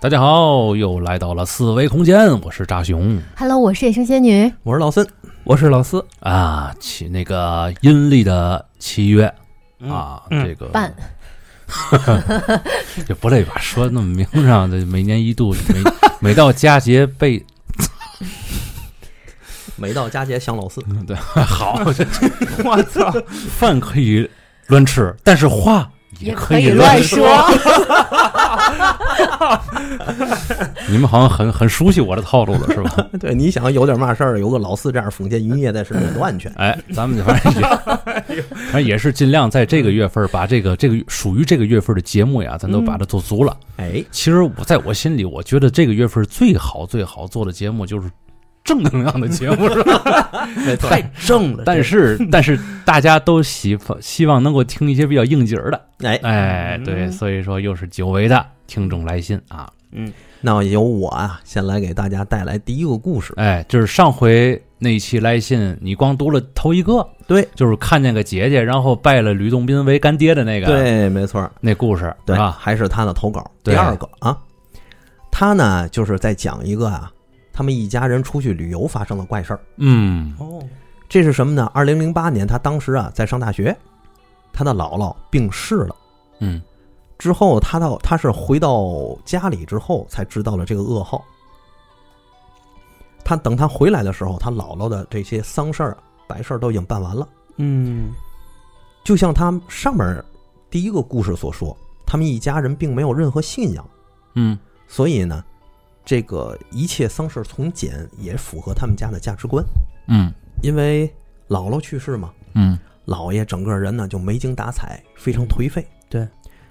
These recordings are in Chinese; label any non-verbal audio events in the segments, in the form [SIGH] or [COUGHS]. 大家好，又来到了四维空间，我是扎熊 Hello，我是野生仙呃女。我是老森我是老四啊。七那个阴历的七月啊，啊，嗯这个 [LAUGHS] 半也不累吧？说那么明上，这每年一度，每每到佳节 [LAUGHS] 被每到佳节想老四，对啊好， [LAUGHS] 我操，饭可以乱吃，但是话也可以乱乱说，你们好像很很熟悉我的套路了，是吧？？对，你想有点嘛事儿，有个老四这样封建余孽在身边多安全哎，咱们反正也，反正也是尽量在这个月份儿把这个这个属于这个月份儿的节目呀，咱都把它做足了。哎，其实我在我心里，我觉得这个月份儿最好最好做的节目就是正能量的节目，是 [LAUGHS] 吧？没错太正了， [LAUGHS] 但这是但是大家都希希望能够听一些比较应景儿的，哎，哎，对，所以说又是久违的听众来信啊，嗯，那由我啊，先来给大家带来第一个故事。哎，就是上回那一期来信，你光读了头一个，对，就是看见个姐姐，然后拜了吕洞宾为干爹的那个，，对，没错，那故事，对，是吧？还是他的投稿对第二个啊。他呢，就是在讲一个啊，他们一家人出去旅游发生的怪事儿。嗯，哦，这是什么呢？二零零八年，他当时啊在上大学，他的姥姥病逝了。嗯，之后，他到他是回到家里之后才知道了这个噩耗。他等他回来的时候，他姥姥的这些丧事儿、啊白事儿都已经办完了。嗯就像他上面第一个故事所说，他们一家人并没有任何信仰，嗯，所以呢，这个一切丧事从简也符合他们家的价值观。嗯，因为姥姥去世嘛，嗯，姥爷整个人呢就没精打采，非常颓废。对，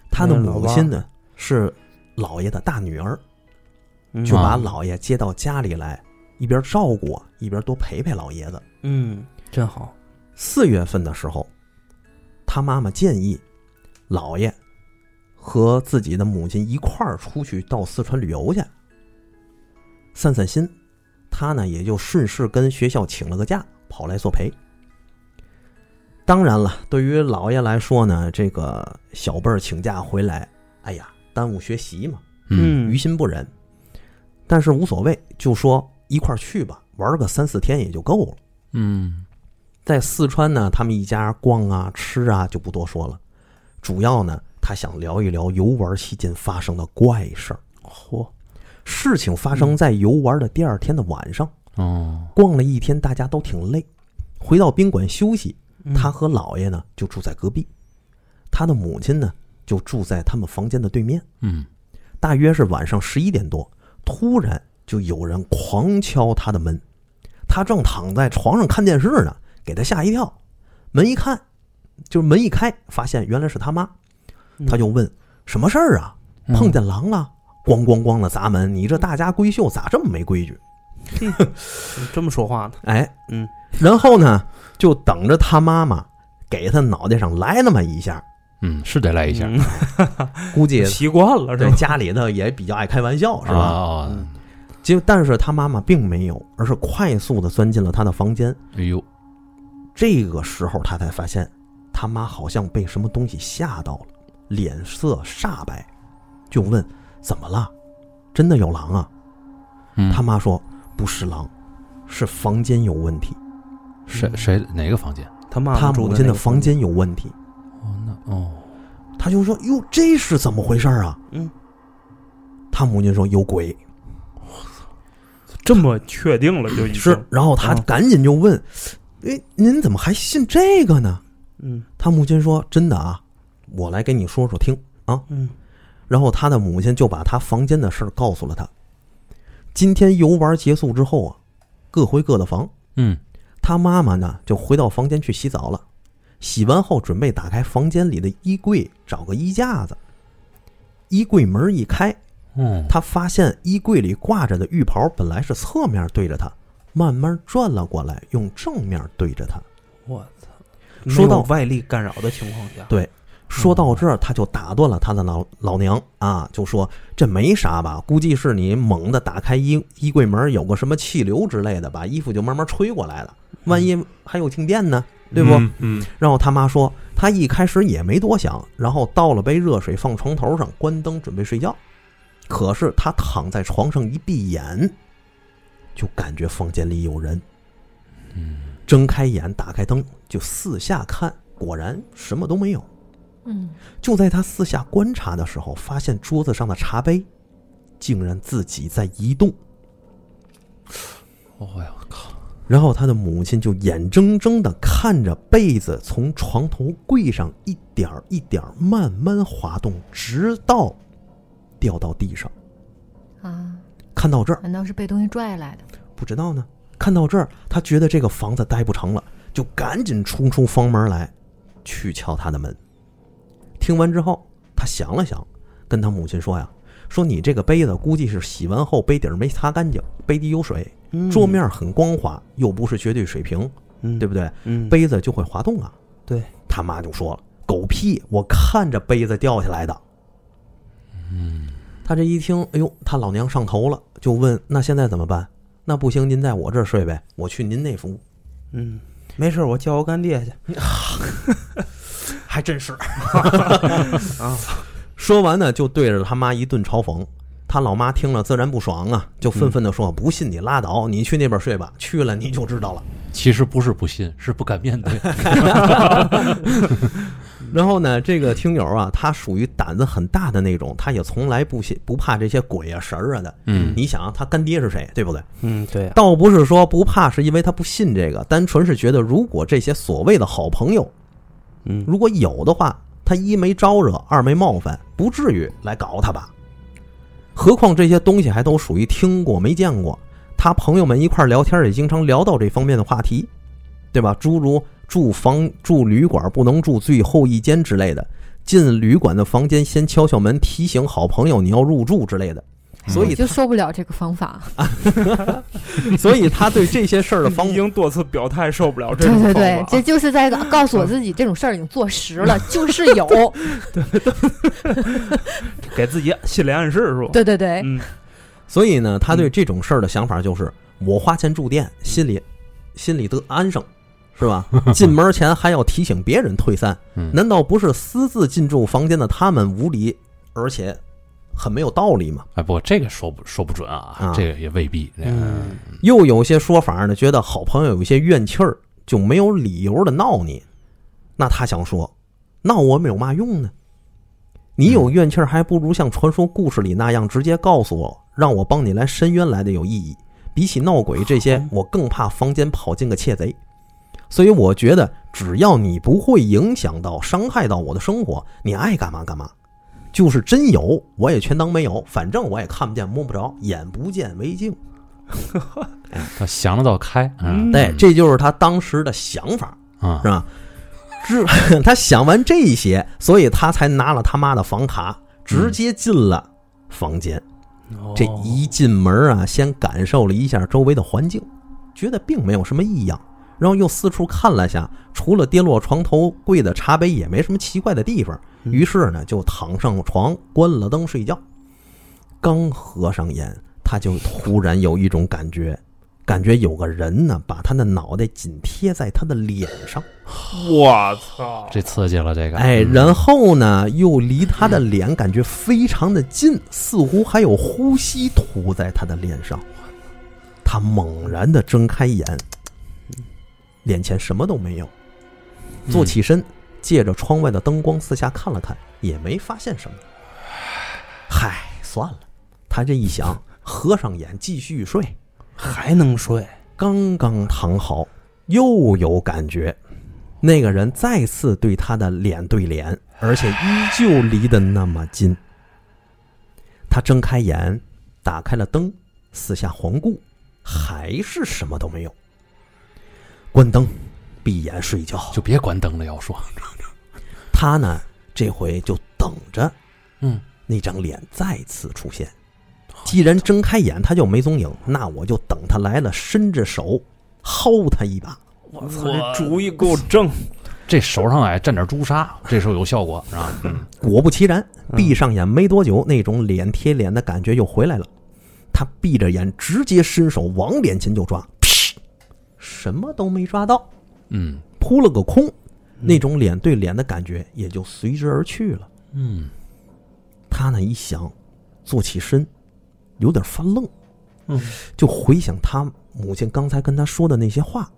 他的母亲呢是姥爷的大女儿，嗯就把啊姥爷接到家里来，一边照顾一边多陪陪老爷子。嗯，真好，四月份的时候，他妈妈建议姥爷和自己的母亲一块儿出去到四川旅游去，散散心。他呢也就顺势跟学校请了个假，跑来作陪。当然了，对于姥爷来说呢，这个小辈儿请假回来，哎呀，耽误学习嘛，嗯，于心不忍。但是无所谓，就说一块儿去吧，玩个三四天也就够了。嗯，在四川呢，他们一家逛啊、吃啊就不多说了，主要呢，他想聊一聊游玩期间发生的怪事儿。嚯，事情发生在游玩的第二天的晚上，哦，逛了一天，大家都挺累，回到宾馆休息。嗯他和姥爷呢就住在隔壁，他的母亲呢就住在他们房间的对面。嗯，大约是晚上十一点多，突然就有人狂敲他的门。他正躺在床上看电视呢，给他吓一跳。门一看，就是门一开，发现原来是他妈。嗯他就问：“什么事儿啊？嗯碰见狼了？”咣咣咣的砸门，你这大家闺秀咋这么没规矩？嗯这么说话呢，哎，嗯，然后呢，就等着他妈妈给他脑袋上来那么一下，嗯，是得来一下，嗯估计 [LAUGHS] 习惯了是对吧？家里头也比较爱开玩笑，是吧？啊，啊结果但是他妈妈并没有，而是快速的钻进了他的房间。哎呦，这个时候，他才发现他妈好像被什么东西吓到了，脸色煞白，就问：“怎么了？真的有狼啊？”嗯他妈说：“不是狼，是房间有问题，谁谁哪个房间？他妈他母亲的房间，间有问题。哦，那哦，”他就说：“哟，这是怎么回事啊嗯，？”他母亲说：“有鬼。这么确定了就已”经是，，然后他嗯赶紧就问：“哎，您怎么还信这个呢？”嗯他母亲说：“真的啊，我来给你说说听啊。嗯，”然后他的母亲就把他房间的事儿告诉了他。今天游玩结束之后啊，各回各的房。嗯他妈妈呢就回到房间去洗澡了，洗完后准备打开房间里的衣柜找个衣架子。衣柜门一开，哦，他发现衣柜里挂着的浴袍本来是侧面对着他，慢慢转了过来，用正面对着他。我操，说到没有外力干扰的情况下，对嗯说到这儿，他就打断了他的老老娘啊，就说这没啥吧，估计是你猛地打开衣衣柜门，有个什么气流之类的，把衣服就慢慢吹过来了。万一还有静电呢，对不？嗯嗯然后他妈说，他一开始也没多想，然后倒了杯热水放床头上，关灯准备睡觉。可是他躺在床上一闭眼，就感觉房间里有人。嗯睁开眼，打开灯，就四下看，果然什么都没有。 [LAUGHS] 嗯，就在他四下观察的时候，发现桌子上的茶杯竟然自己在移动。哦呀，我靠！然后他的母亲就眼睁睁地看着被子从床头柜上一点儿一点儿慢慢滑动，直到掉到地上。啊，看到这儿，难道是被东西拽来的？不知道呢。看到这儿，他觉得这个房子待不成了，就赶紧冲出房门来，去敲他的门。听完之后，他想了想，跟他母亲说呀：“说你这个杯子估计是洗完后杯底儿没擦干净，杯底有水，嗯桌面很光滑，又不是绝对水平，对不对？嗯，杯子就会滑动啊。”对，他妈就说了：“狗屁！我看着杯子掉下来的。”嗯他这一听，哎呦，他老娘上头了，就问：“那现在怎么办？”那不行，您在我这儿睡呗，我去您那屋。嗯，没事，我叫我干爹去。还 [LAUGHS] 真 [LAUGHS] 是，啊说完呢，就对着他妈一顿嘲讽。他老妈听了自然不爽啊，就愤愤地嗯说：“不信你拉倒，你去那边睡吧，去了你就知道了。其实不是不信，是不敢面 [LAUGHS] 对。”然后呢，这个听友啊，他属于胆子很大的那种，他也从来不信不怕这些鬼啊神儿啊的。嗯，你想啊，他干爹是谁，对不对？嗯，对啊，倒不是说不怕，是因为他不信这个，单纯是觉得如果这些所谓的好朋友嗯如果有的话，他一没招惹，二没冒犯，不至于来搞他吧？何况这些东西还都属于听过没见过，他朋友们一块儿聊天也经常聊到这方面的话题，对吧？诸如住房、住旅馆不能住最后一间之类的，进旅馆的房间先敲敲门，提醒好朋友你要入住之类的。所以我就受不了这个方 [LAUGHS] 法。所以他对这些事儿的方已经多次表态受不了对这种对方对法，这就是在告诉我自己，这种事儿已经坐实 [LAUGHS] 了，就是有。给自己 [LAUGHS] 心理暗示是吧？对对对，嗯，所以呢，他对这种事儿的想法就是，我花钱住店，心里心里得安生，是吧？进门前还要提醒别人退散，嗯难道不是私自进驻房间的他们无理，而且很没有道理吗？哎，不过这个说不说不准啊啊，这个也未必。这个嗯又有些说法呢，觉得好朋友有些怨气儿，就没有理由的闹你。那他想说，闹我们有嘛用呢？你有怨气儿，还不如像传说故事里那样直接告诉我，让我帮你来伸冤来的有意义。比起闹鬼这些好，我更怕房间跑进个窃贼。所以我觉得，只要你不会影响到、伤害到我的生活，你爱干嘛干嘛。就是真有，我也全当没有，反正我也看不见、摸不着，眼不见为净。呃他想得到开，嗯，对，哎这就是他当时的想法，啊是，吧？之 [LAUGHS] 他想完这些，所以他才拿了他妈的房卡，直接进了房间。哦这一进门啊，先感受了一下周围的环境，觉得并没有什么异样，然后又四处看了下，除了跌落床头柜的茶杯，也没什么奇怪的地方。嗯于是呢，就躺上床，关了灯睡觉。刚合上眼，他就突然有一种感觉，感觉有个人呢，把他的脑袋紧贴在他的脸上。我操，这刺激了这个。哎，嗯然后呢，又离他的脸感觉非常的近，似乎还有呼吸吐在他的脸上。他猛然的睁开眼，眼前什么都没有，坐起嗯身，借着窗外的灯光四下看了看，也没发现什么。嗨，算了，他这一想，合上眼继续睡。还能睡？刚刚躺好，又有感觉，那个人再次对他的脸对脸，而且依旧离得那么近。他睁开眼，打开了灯，四下环顾，还是什么都没有。关灯，闭眼睡觉。就别关灯了，要说，他呢，这回就等着嗯，那张脸再次出现。既然睁开眼他就没踪影，那我就等他来了，伸着手薅他一把。我操，这主意够正，这手上哎蘸点朱砂，这时候有效果，是吧？嗯果不其然，闭上眼没多久，那种脸贴脸的感觉又回来了。他闭着眼，直接伸手往脸前就抓，噗什么都没抓到，嗯扑了个空。那种脸对脸的感觉也就随之而去了。嗯，他呢一想，坐起身，有点发愣，嗯，就回想他母亲刚才跟他说的那些话，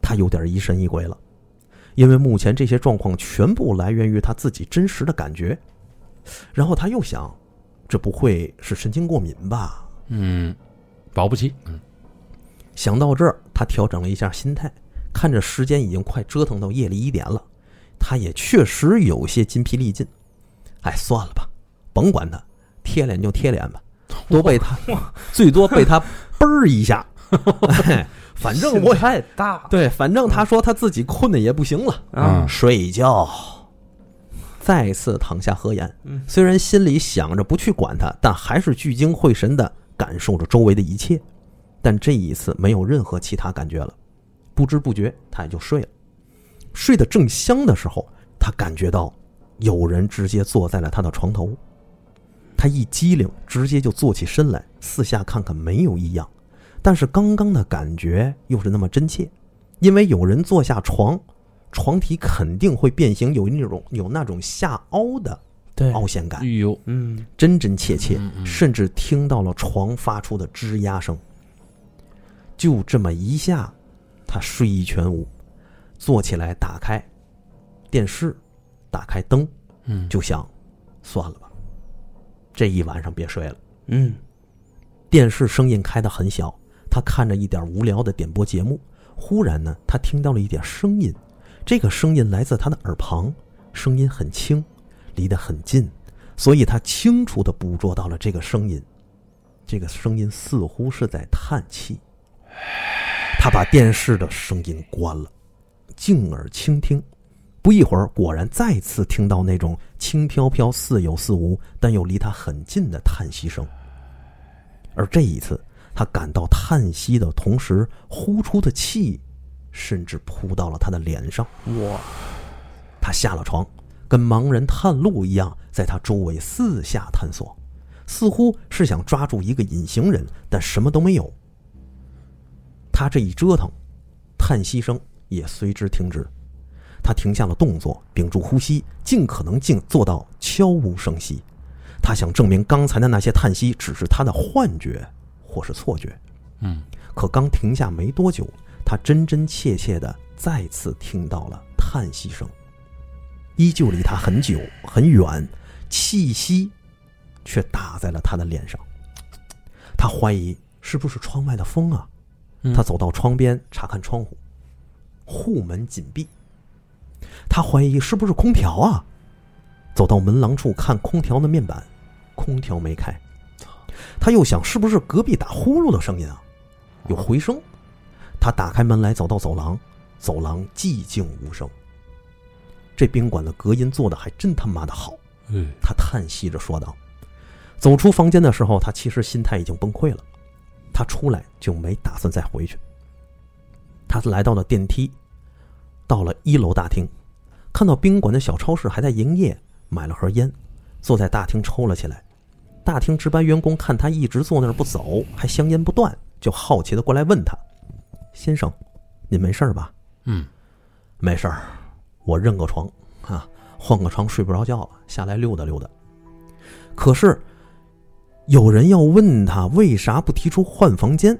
他有点疑神疑鬼了，因为目前这些状况全部来源于他自己真实的感觉。然后他又想，这不会是神经过敏吧？嗯，保不齐，嗯想到这儿，他调整了一下心态，看着时间已经快折腾到夜里一点了，他也确实有些筋疲力尽。哎，算了吧，甭管他，贴脸就贴脸吧，多被他， [LAUGHS] 最多被他嘣儿一下。哎，反正我也太大了对，反正他说他自己困的也不行了，啊嗯啊，睡觉。嗯再次躺下合眼嗯，虽然心里想着不去管他，但还是聚精会神地感受着周围的一切。但这一次没有任何其他感觉了，不知不觉他也就睡了。睡得正香的时候，他感觉到有人直接坐在了他的床头。他一激灵，直接就坐起身来，四下看看没有异样，但是刚刚的感觉又是那么真切，因为有人坐下床，床体肯定会变形，有那种有那种下凹的对凹陷哎感，呦，嗯，真真切切，嗯嗯甚至听到了床发出的吱呀声。就这么一下，他睡意全无，坐起来打开电视，打开灯，嗯，就想，算了吧，这一晚上别睡了。嗯，电视声音开得很小，他看着一点无聊的点播节目。忽然呢，他听到了一点声音，这个声音来自他的耳旁，声音很轻，离得很近，所以他清楚地捕捉到了这个声音。这个声音似乎是在叹气。他把电视的声音关了，静耳倾听。不一会儿，果然再次听到那种轻飘飘、似有似无，但又离他很近的叹息声。而这一次，他感到叹息的同时，呼出的气甚至扑到了他的脸上。我他下了床，跟盲人探路一样，在他周围四下探索，似乎是想抓住一个隐形人，但什么都没有。他这一折腾，叹息声也随之停止。他停下了动作，屏住呼吸，尽可能静做到悄无声息。他想证明刚才的那些叹息只是他的幻觉或是错觉。嗯，可刚停下没多久，他真真切切的再次听到了叹息声，依旧离他很久很远，气息却打在了他的脸上。他怀疑是不是窗外的风啊？嗯他走到窗边查看窗户，户门紧闭。他怀疑是不是空调啊？走到门廊处看空调的面板，空调没开。他又想是不是隔壁打呼噜的声音啊？有回声。他打开门来，走到走廊，走廊寂静无声。这宾馆的隔音做的还真他妈的好，嗯他叹息着说道。走出房间的时候，他其实心态已经崩溃了。他出来就没打算再回去。他来到了电梯，到了一楼大厅，看到宾馆的小超市还在营业，买了盒烟，坐在大厅抽了起来。大厅值班员工看他一直坐那儿不走，还香烟不断，就好奇的过来问他：“先生，您没事儿吧？”嗯，没事儿，我认个床啊，换个床睡不着觉了，下来溜达溜达。可是有人要问他为啥不提出换房间，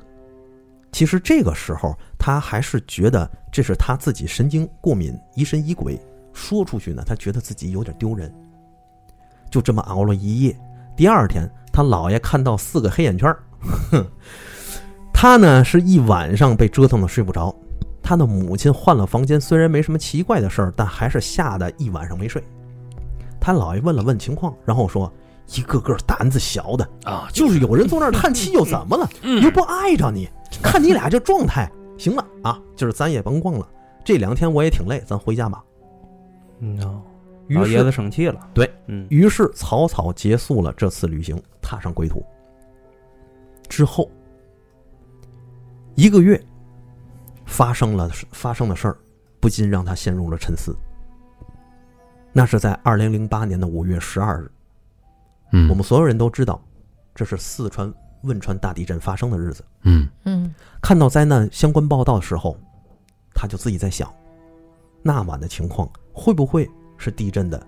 其实这个时候他还是觉得这是他自己神经过敏、疑神疑鬼，说出去呢，他觉得自己有点丢人。就这么熬了一夜，第二天他姥爷看到四个黑眼圈儿， [LAUGHS] 他呢是一晚上被折腾的睡不着。他的母亲换了房间，虽然没什么奇怪的事儿，但还是吓得一晚上没睡。他姥爷问了问情况，然后说：“一个个胆子小的，啊，就是有人坐那儿叹气又怎么了？嗯又不碍着你，看你俩这状态，行了啊，就是咱也甭嗯逛了，这两天我也挺累，咱回家吧。 no，嗯于老爷是，子生气了，对，嗯，于是草草结束了这次旅行，踏上归途。之后一个月，发生了发生的事儿，不禁让他陷入了沉思。那是在二零零八年的五月十二日，嗯我们所有人都知道，这是四川汶川大地震发生的日子。嗯嗯，看到灾难相关报道的时候，他就自己在想，那晚的情况会不会是地震的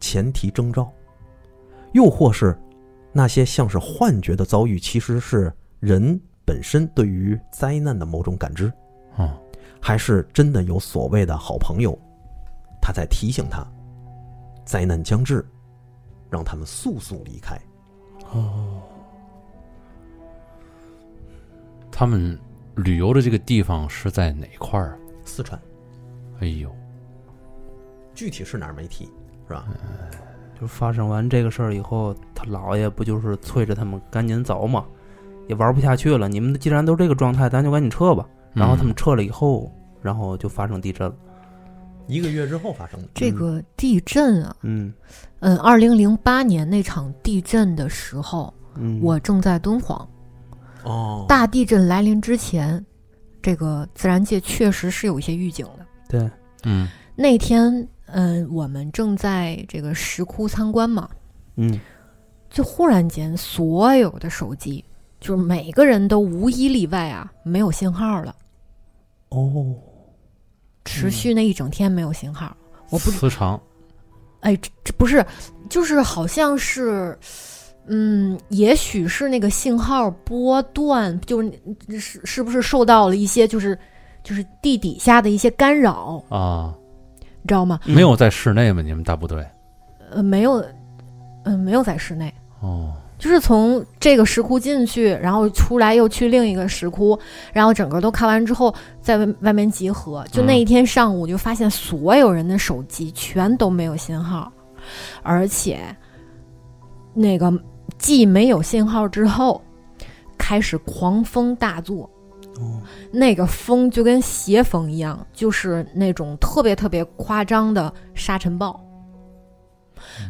前提征兆，又或是那些像是幻觉的遭遇，其实是人本身对于灾难的某种感知，哦，还是真的有所谓的好朋友，他在提醒他，灾难将至，让他们速速离开。他们旅游的这个地方是在哪块儿啊？四川哎呦，具体是哪儿没提，是吧？就发生完这个事儿以后，他姥爷不就是催着他们赶紧走嘛，也玩不下去了。你们既然都这个状态，咱就赶紧撤吧。然后他嗯们撤了以后，然后就发生地震了。一个月之后发生的。这嗯个地震啊，嗯嗯，二零零八年那场地震的时候，嗯，我正在敦煌。哦，大地震来临之前，这个自然界确实是有一些预警的。对，嗯，那天，嗯，我们正在这个石窟参观嘛，嗯就忽然间，所有的手机，就是每个人都无一例外啊，没有信号了，哦，持续那一整天没有信号。我不，磁场，哎，这这不是，就是好像是。嗯，也许是那个信号波段，就是是是不是受到了一些就是就是地底下的一些干扰，啊，你知道吗？嗯没有在室内吗？你们大部队？呃，没有，呃，没有在室内，哦，就是从这个石窟进去，然后出来又去另一个石窟，然后整个都看完之后，在外外面集合。就那一天上午，就发现所有人的手机全都没有信号，而且那个既没有信号之后，开始狂风大作。哦，那个风就跟邪风一样，就是那种特别特别夸张的沙尘暴。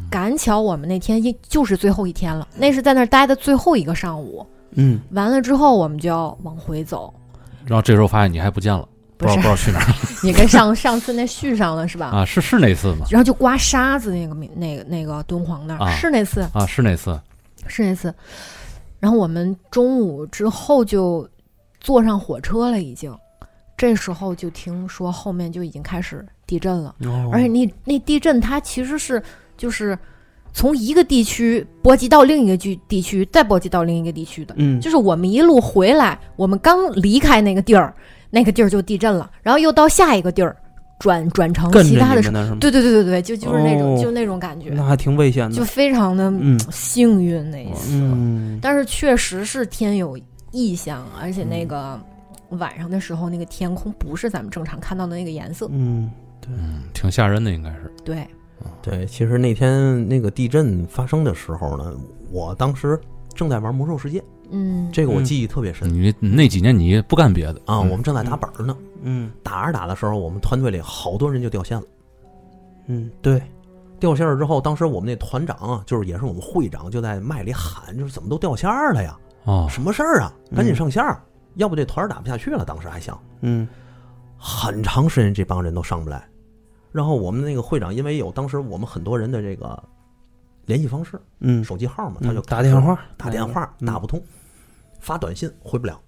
赶巧我们那天一就是最后一天了，那是在那儿待的最后一个上午。嗯，完了之后，我们就要往回走，然后这时候发现你还不见了，不不知道是不知道去哪儿了 [LAUGHS] 你跟上上次那续上了是吧？啊？是是那次吗？然后就刮沙子那个民那个那个敦煌那儿、啊是那次啊，是那次。是那次，然后我们中午之后就坐上火车了，已经。这时候就听说后面就已经开始地震了。哦而且那那地震它其实是就是从一个地区波及到另一个地地区，再波及到另一个地区的。嗯，就是我们一路回来，我们刚离开那个地儿，那个地儿就地震了，然后又到下一个地儿，转转成跟着其你他的们城。那是吗？对对对对对，就就是那种、哦就那种感觉那，还挺危险就的。非常的嗯幸运那一次。嗯，但是确实是天有异象，而且那个嗯晚上的时候，那个天空不是咱们正常看到的那个颜色。嗯，嗯，挺吓人的，应该是。对，对，其实那天那个地震发生的时候呢，我当时正在玩《魔兽世界》，嗯，这个我嗯记忆特别深、你你那几年你不干别的啊。嗯我们正在打本儿呢，嗯打着打的时候，我们团队里好多人就掉线了。嗯，对，掉线了之后，当时我们那团长啊，就是也是我们会长，就在麦里喊，就是怎么都掉线儿了呀？哦，什么事儿啊？赶紧嗯上线儿，要不这团儿打不下去了。当时还想，嗯很长时间这帮人都上不来。然后我们那个会长，因为有当时我们很多人的这个联系方式、嗯，手机号嘛，他就嗯打电话，打电话嗯打不通，发短信回不了。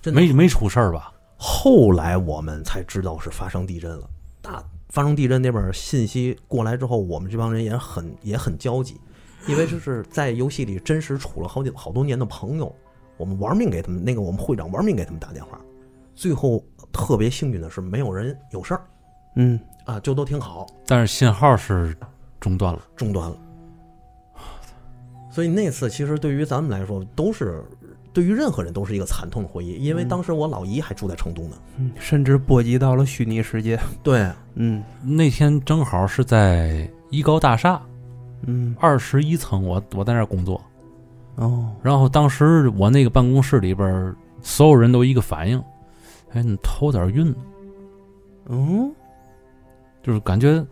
真的没没出事儿吧？后来我们才知道是发生地震了。大发生地震那边信息过来之后，我们这帮人也很也很焦急，因为这是在游戏里真实处了好几好多年的朋友，我们玩命给他们那个我们会长玩命给他们打电话，最后特别幸运的是没有人有事儿嗯，啊，就都挺好，但是信号是中断了。中断了。所以那次其实对于咱们来说都是。对于任何人都是一个惨痛的回忆，因为当时我老姨还住在成都呢。嗯甚至波及到了虚拟世界。对，嗯那天正好是在一高大厦嗯，二十一层，我我在那儿工作，哦，然后当时我那个办公室里边儿，所有人都一个反应，哎，你头有点晕，嗯就是感觉，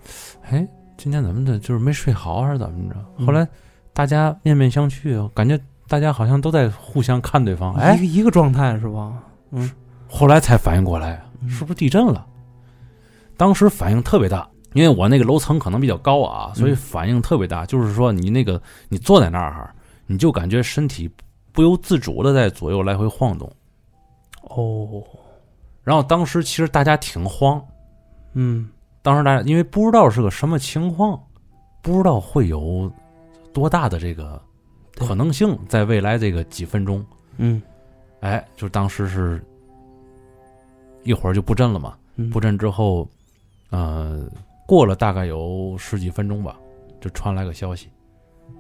哎，今天怎么的，就是没睡好还是怎么着？后来大家面面相觑，感觉大家好像都在互相看对方，一哎，个一个状态是吧？嗯，后来才反应过来，是不是地震了？当时反应特别大，因为我那个楼层可能比较高啊，所以反应特别大。就是说，你那个你坐在那儿哈，你就感觉身体不由自主的在左右来回晃动。哦，然后当时其实大家挺慌，嗯当时大家因为不知道是个什么情况，不知道会有多大的这个对可能性，在未来这个几分钟，嗯哎，就当时是一会儿就布阵了嘛，嗯，布阵之后，呃，过了大概有十几分钟吧，就传来个消息，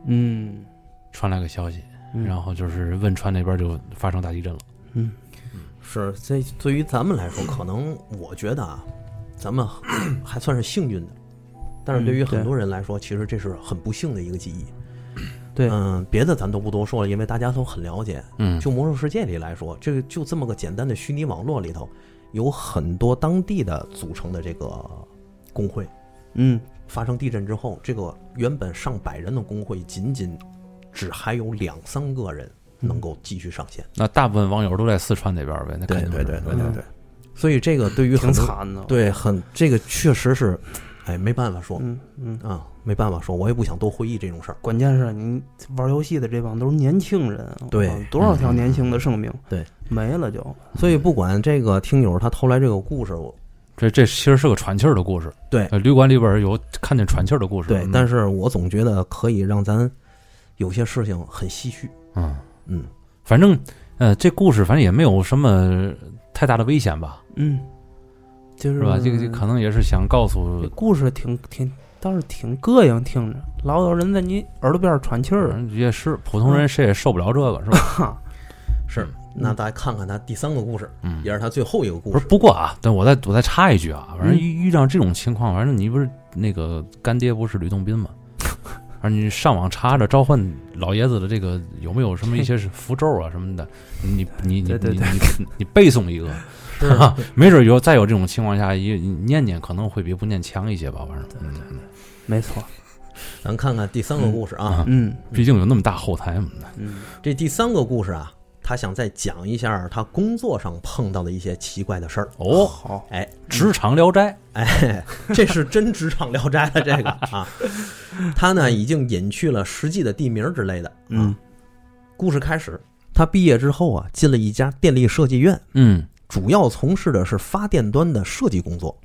嗯，传来个消息，嗯然后就是汶川那边就发生大地震了。嗯是这对于咱们来说，可能我觉得啊，咱们 [COUGHS] 还算是幸运的，但是对于嗯对很多人来说，其实这是很不幸的一个记忆。对嗯，别的咱都不多说了，因为大家都很了解。嗯，就魔兽世界里来说，这个就这么个简单的虚拟网络里头，有很多当地的组成的这个工会。嗯发生地震之后，这个原本上百人的工会，仅仅只还有两三个人能够继续上线。那大部分网友都在四川那边呗，那肯定是对对。嗯所以这个对于挺很多惨的，，对，很这个确实是，哎，没办法说嗯嗯，啊，没办法说，我也不想多回忆这种事儿。关键是你玩游戏的这帮都是年轻人，对哇多少条年轻的生命，对，没了就，所以不管这个听友他投来这个故事，我这这其实是个喘气儿的故事。对呃旅馆里边有看见喘气儿的故事。对嗯，但是我总觉得可以让咱有些事情很唏嘘。嗯，嗯，反正呃，这故事反正也没有什么太大的危险吧，嗯，就是是吧？这个嗯这可能也是想告诉这，故事挺挺倒是挺膈应，听着老有人在你耳朵边儿喘气儿，啊也是普通人谁也受不了这个，是 [LAUGHS] 吧？哈，是。嗯那大家看看他第三个故事，嗯，也是他最后一个故不事是。。不过啊，但我再我再插一句啊，反正嗯遇遇上这种情况，反正你不是那个干爹不是吕洞宾吗？ [LAUGHS] 而你上网查着召唤老爷子的这个有没有什么一些是符咒啊什么的，你你你你对对你你你背诵一个，是 [LAUGHS] 没准有再有这种情况下，一你念念可能会比不念强一些吧，反正，嗯没错，咱看看第三个故事啊，嗯嗯毕竟有那么大后台嘛。嗯这第三个故事啊，他想再讲一下他工作上碰到的一些奇怪的事儿。哦，好，哎，职场聊斋，哎，这是真职场聊斋的这个啊，他呢已经隐去了实际的地名之类的。啊嗯，故事开始，他毕业之后啊，进了一家电力设计院，嗯主要从事的是发电端的设计工作。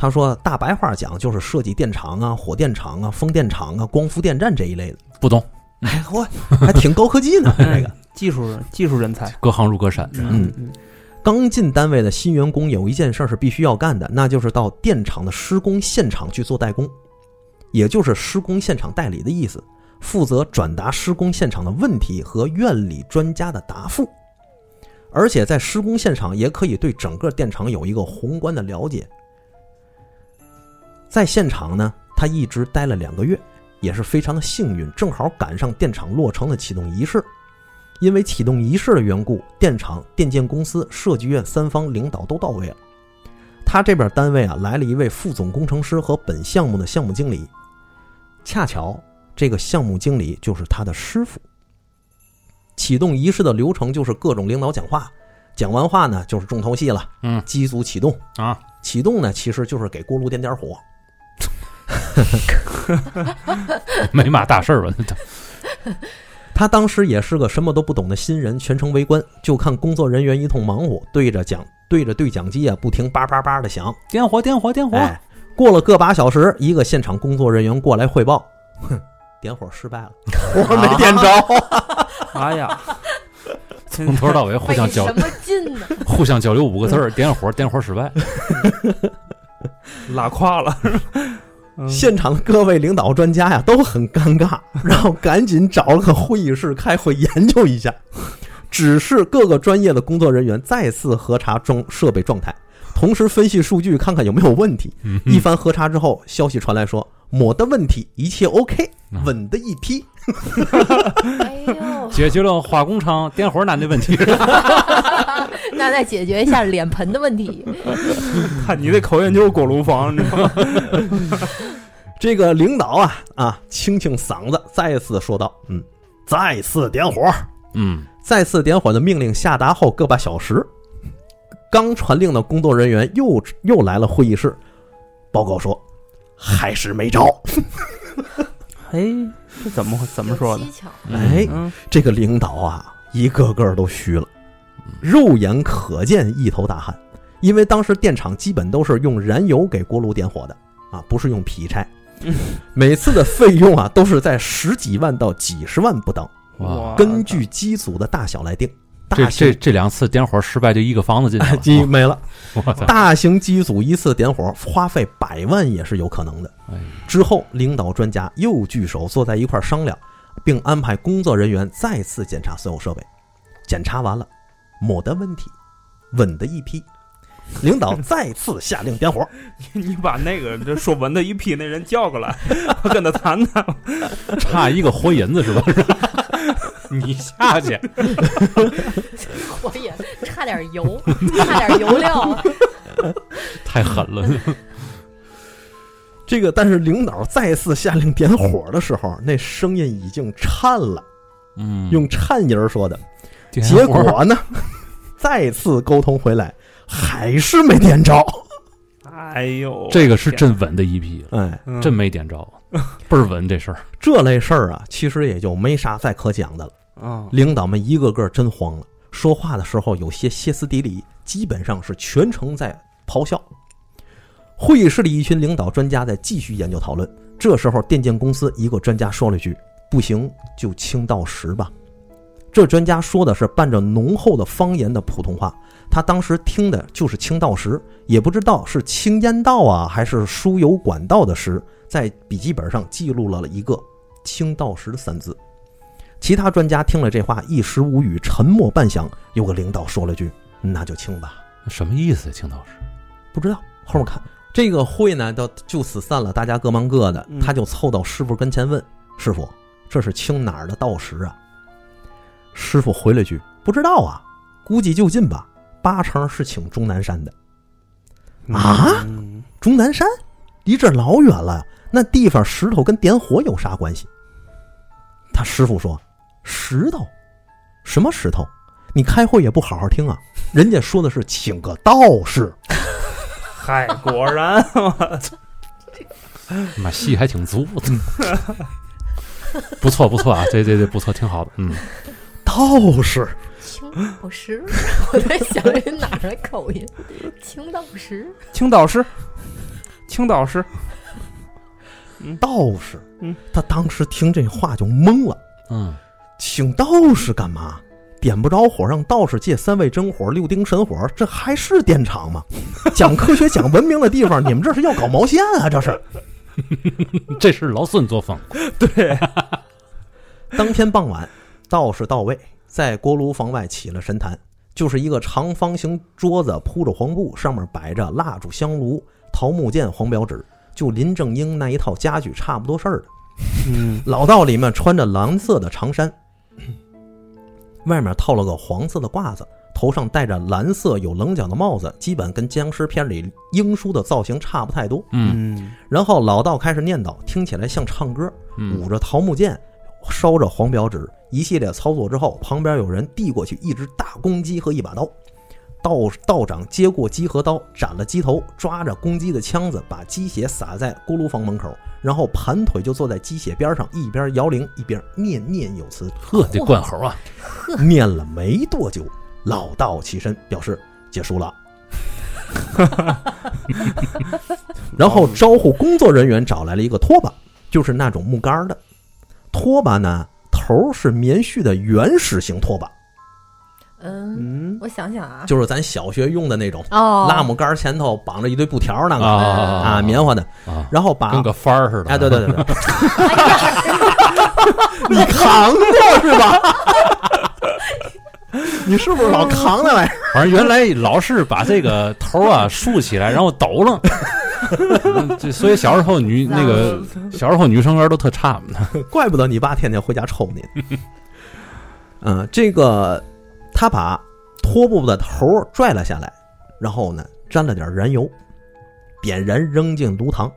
他说，大白话讲就是设计电厂啊、火电厂啊、风电厂啊、光伏电站这一类的。不懂，哎，我还挺高科 [LAUGHS] 技呢，这个。啊技术人技术人才，隔行如隔山。嗯嗯刚进单位的新员工有一件事儿是必须要干的，那就是到电厂的施工现场去做代工，也就是施工现场代理的意思，负责转达施工现场的问题和院里专家的答复。而且在施工现场也可以对整个电厂有一个宏观的了解。在现场呢，他一直待了两个月，也是非常的幸运，正好赶上电厂落成的启动仪式。因为启动仪式的缘故，电厂、电建公司、设计院三方领导都到位了。他这边单位啊，来了一位副总工程师和本项目的项目经理，恰巧这个项目经理就是他的师傅。启动仪式的流程就是各种领导讲话，讲完话呢就是重头戏了，嗯机组启动啊，启动呢其实就是给锅炉点点火， [LAUGHS] 嗯 [LAUGHS] 没嘛大事儿吧？他当时也是个什么都不懂的新人，全程围观，就看工作人员一通忙活，对着讲对着对讲机啊，不停叭叭叭的响。点火，点火，点火！哎，过了个把小时，一个现场工作人员过来汇报，哼，点火失 [LAUGHS] 败了，火没点着。哎呀，从头到尾互费相交什么劲呢？互相交流五个字儿：点火，点火失败。拉胯 [LAUGHS] 了，[LAUGHS] 嗯现场的各位领导专家呀都很尴尬，然后赶紧找了个会议室开会研究一 [LAUGHS] 下。只是各个专业的工作人员再次核查装设备状态，同时分析数据看看有没有问题。嗯一番核查之后，消息传来说没的问题，一切 OK，稳的一批。哎呦，解决了化工厂点火难的问题。那再解决一下脸盆的问题。看你这口音就是锅炉房，你知道吗？这个领导啊啊，清清嗓子，再次说道：“嗯，再次点火。”嗯，再次点火的命令下达后个把小时，刚传令的工作人员又又来了会议室，报告说还是没着。 [LAUGHS] 哎，这怎么怎么说的有？蹊跷哎嗯，这个领导啊，一个个都虚了，肉眼可见一头大汗，因为当时电厂基本都是用燃油给锅炉点火的啊，不是用劈柴。嗯每次的费用啊都是在十几万到几十万不等，哇，根据机组的大小来定。啊这大这型这两次点火失败，就一个房子进 [LAUGHS] 哎去机了。没了， [LAUGHS] 我操！大型机组一次点火花费百万也是有可能的哎。之后，领导专家又聚首坐在一块儿商量，并安排工作人员再次检查所有设备。检查完了，没得问题，稳的一批。领导再次下令点火， [LAUGHS] 你把那个这说文的一批那人叫过来， [LAUGHS] 我跟他谈谈。差一个活银子是吧？你下去，我也差点油，差点油料。太狠了。 [LAUGHS] 这个，但是领导再次下令点火的时候，那声音已经颤了，嗯，用颤音儿说的。点火结果 [LAUGHS] 呢，再次沟通回来，还是没点着。哎呦，这个是真稳的一批，哎，嗯真没点着，倍儿稳这事儿。这类事儿啊，其实也就没啥再可讲的了。啊，领导们一个个真慌了，说话的时候有些歇斯底里，基本上是全程在咆哮。会议室里，一群领导专家在继续研究讨论。这时候，电建公司一个专家说了一句：“不行，就清到十吧。”这专家说的是伴着浓厚的方言的普通话，他当时听的就是清道石，也不知道是清烟道啊，还是输油管道的石，在笔记本上记录了一个“清道石”三字。其他专家听了这话，一时无语，沉默半晌。有个领导说了句：“那就清吧。什么意思？青岛市？”不知道，后面看。这个会呢，到就此散了，大家各忙各的嗯。他就凑到师傅跟前问：“师傅，这是清哪儿的道石啊？”师傅回了句：“不知道啊，估计就近吧，八成是请终南山的。”啊嗯终南山离这儿老远了，那地方石头跟点火有啥关系？他师傅说：“石头，什么石头？你开会也不好好听啊！人家说的是请个道士，嗨，果然， [LAUGHS] 妈戏还挺足的。 [LAUGHS] 不错不错啊，这这这不错，挺好的。嗯，道士。青岛石， [LAUGHS] 我在想是哪儿的口音？青岛石，青岛师，青岛师，道士。嗯，他当时听这话就懵了，嗯，请道士干嘛？点不着火，让道士借三味真火、六丁神火，这还是电厂吗？讲科学、讲文明的地方，你们这是要搞毛线啊？这是。这是老孙作风。当天傍晚，道士到位，在锅炉房外起了神坛，就是一个长方形桌子，铺着黄布，上面摆着蜡烛、香炉、桃木剑、黄表纸，就林正英那一套家具差不多事儿的。嗯，老道里面穿着蓝色的长衫， [CLEARS THROAT] 外面套了个黄色的褂子，头上戴着蓝色有棱角的帽子，基本跟僵尸片里英叔的造型差不太多。嗯嗯，然后老道开始念叨，听起来像唱歌，嗯舞着桃木剑，烧着黄表纸，一系列操作之后，旁边有人递过去一只大公鸡和一把刀。道道长接过鸡和刀，斩了鸡头，抓着公鸡的腔子，把鸡血洒在锅炉房门口，然后盘腿就坐在鸡血边上，一边摇铃一边念念有词。呵，这灌猴啊，念了没多久，老道起身表示结束了，然后招呼工作人员找来了一个拖把，就是那种木杆儿的拖把呢，头儿是棉絮的原始型拖把，嗯，嗯，我想想啊，就是咱小学用的那种哦，蜡木杆儿前头绑着一堆布条儿那个啊啊，棉花的，啊，然后把跟个幡儿似的。哎，对对对 [LAUGHS] 对，你扛过是吧？你是不是老扛那玩意儿？ [LAUGHS] 反正原来老是把这个头啊竖起来，然后抖楞。嗯 [LAUGHS] 这所以小时候女那个小时候女生缘都特差。 [LAUGHS] 怪不得你爸天天回家抽你。 [LAUGHS] 嗯，这个他把拖布的头儿拽了下来，然后呢沾了点燃油，点燃扔进炉膛，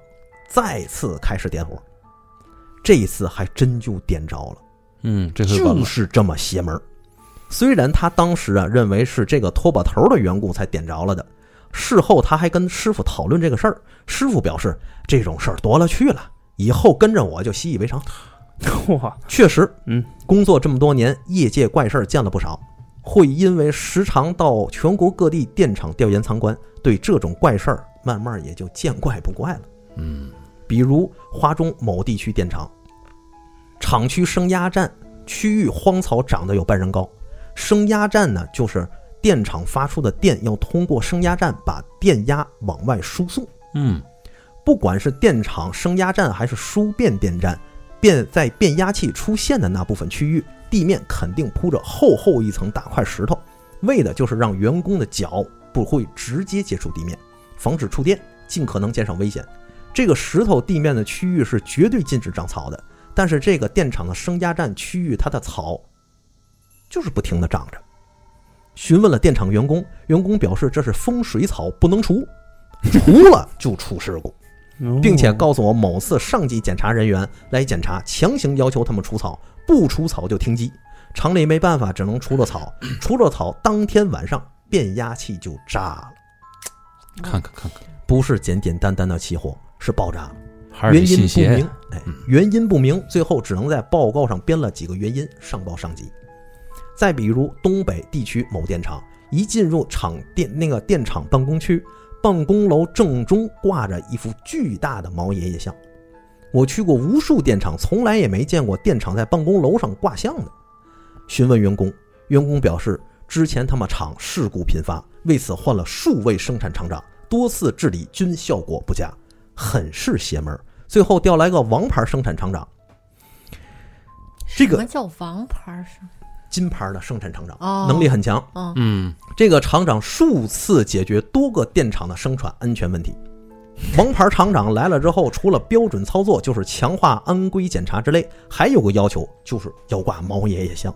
再次开始点火。这一次还真就点着了。嗯，这回完就了。是这么邪门儿。虽然他当时啊认为是这个拖把头的缘故才点着了的，事后他还跟师傅讨论这个事儿，师傅表示这种事儿多了去了，以后跟着我就习以为常。哇，确实，嗯，工作这么多年，业界怪事儿见了不少，会因为时常到全国各地电厂调研参观，对这种怪事儿慢慢也就见怪不怪了。嗯，比如华中某地区电厂，厂区升压站区域荒草长得有半人高，升压站呢就是电厂发出的电要通过升压站把电压往外输送。嗯不管是电厂升压站还是输变电站，变在变压器出现的那部分区域，地面肯定铺着厚厚一层大块石头，为的就是让员工的脚不会直接接触地面，防止触电，尽可能减少危险。这个石头地面的区域是绝对禁止长草的，但是这个电厂的升压站区域，它的草就是不停的长着。询问了电厂员工，员工表示这是风水草，不能除，除了就出事故。并且告诉我某次上级检查人员来检查，强行要求他们除草，不除草就停机。厂里没办法，只能除了草。除了草，当天晚上变压器就炸了，嗯看看看看，不是简简单单的起火，是爆炸。还是原得信因不邪明呀，，哎嗯，原因不明，最后只能在报告上编了几个原因上报上级。再比如东北地区某电厂，一进入厂电那个电厂办公区，办公楼正中挂着一幅巨大的毛爷爷像。我去过无数电厂，从来也没见过电厂在办公楼上挂像的。询问员工，员工表示，之前他们厂事故频发，为此换了数位生产厂长，多次治理均效果不佳，很是邪门儿。最后调来个王牌生产厂长，这什个么叫王牌儿生？金牌的生产厂长，哦能力很强。嗯，嗯，这个厂长数次解决多个电厂的生产安全问题。王牌厂长来了之后，除了标准操作，就是强化安规检查之类，还有个要求就是要挂毛爷爷像。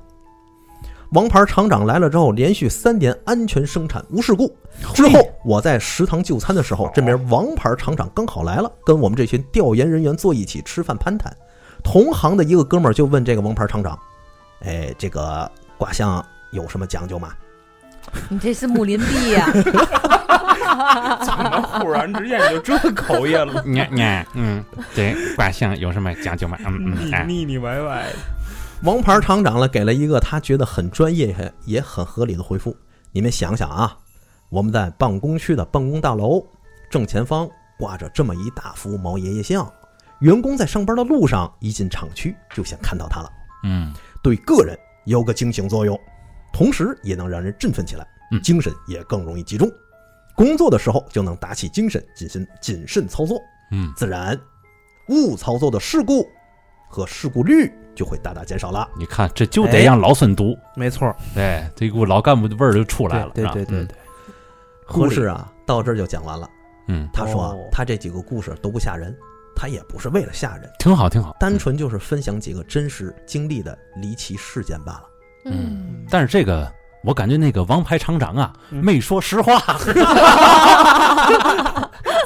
王牌厂长来了之后，连续三年安全生产无事故。之后，我在食堂就餐的时候，这名王牌厂长刚好来了，跟我们这群调研人员坐一起吃饭攀谈。同行的一个哥们儿就问这个王牌厂长：“哎，这个卦象有什么讲究吗？”你这是木林币 [LAUGHS] 呀、怎么忽然之间你就这口音了？你你嗯，对，卦象有什么讲究吗？嗯 [LAUGHS] 嗯，哎，腻腻歪歪，王牌厂长呢，给了一个他觉得很专业也也很合理的回复。你们想想啊，我们在办公区的办公大楼正前方挂着这么一大幅毛爷爷像，员工在上班的路上一进厂区就想看到它了，嗯对个人有个惊醒作用，同时也能让人振奋起来，嗯精神也更容易集中，工作的时候就能打起精神，谨慎谨慎操作。嗯，自然误操作的事故和事故率就会大大减少了。你看这就哎得让老孙读，没错儿，对，这股老干部的味儿就出来了，对是吧嗯对对对，故事啊，到这儿就讲完了。嗯，嗯他说啊哦他这几个故事都不吓人，他也不是为了吓人，挺好挺好，单纯就是分享几个真实经历的离奇事件罢了。嗯，但是这个我感觉那个王牌厂长啊，嗯没说实 [LAUGHS] 话。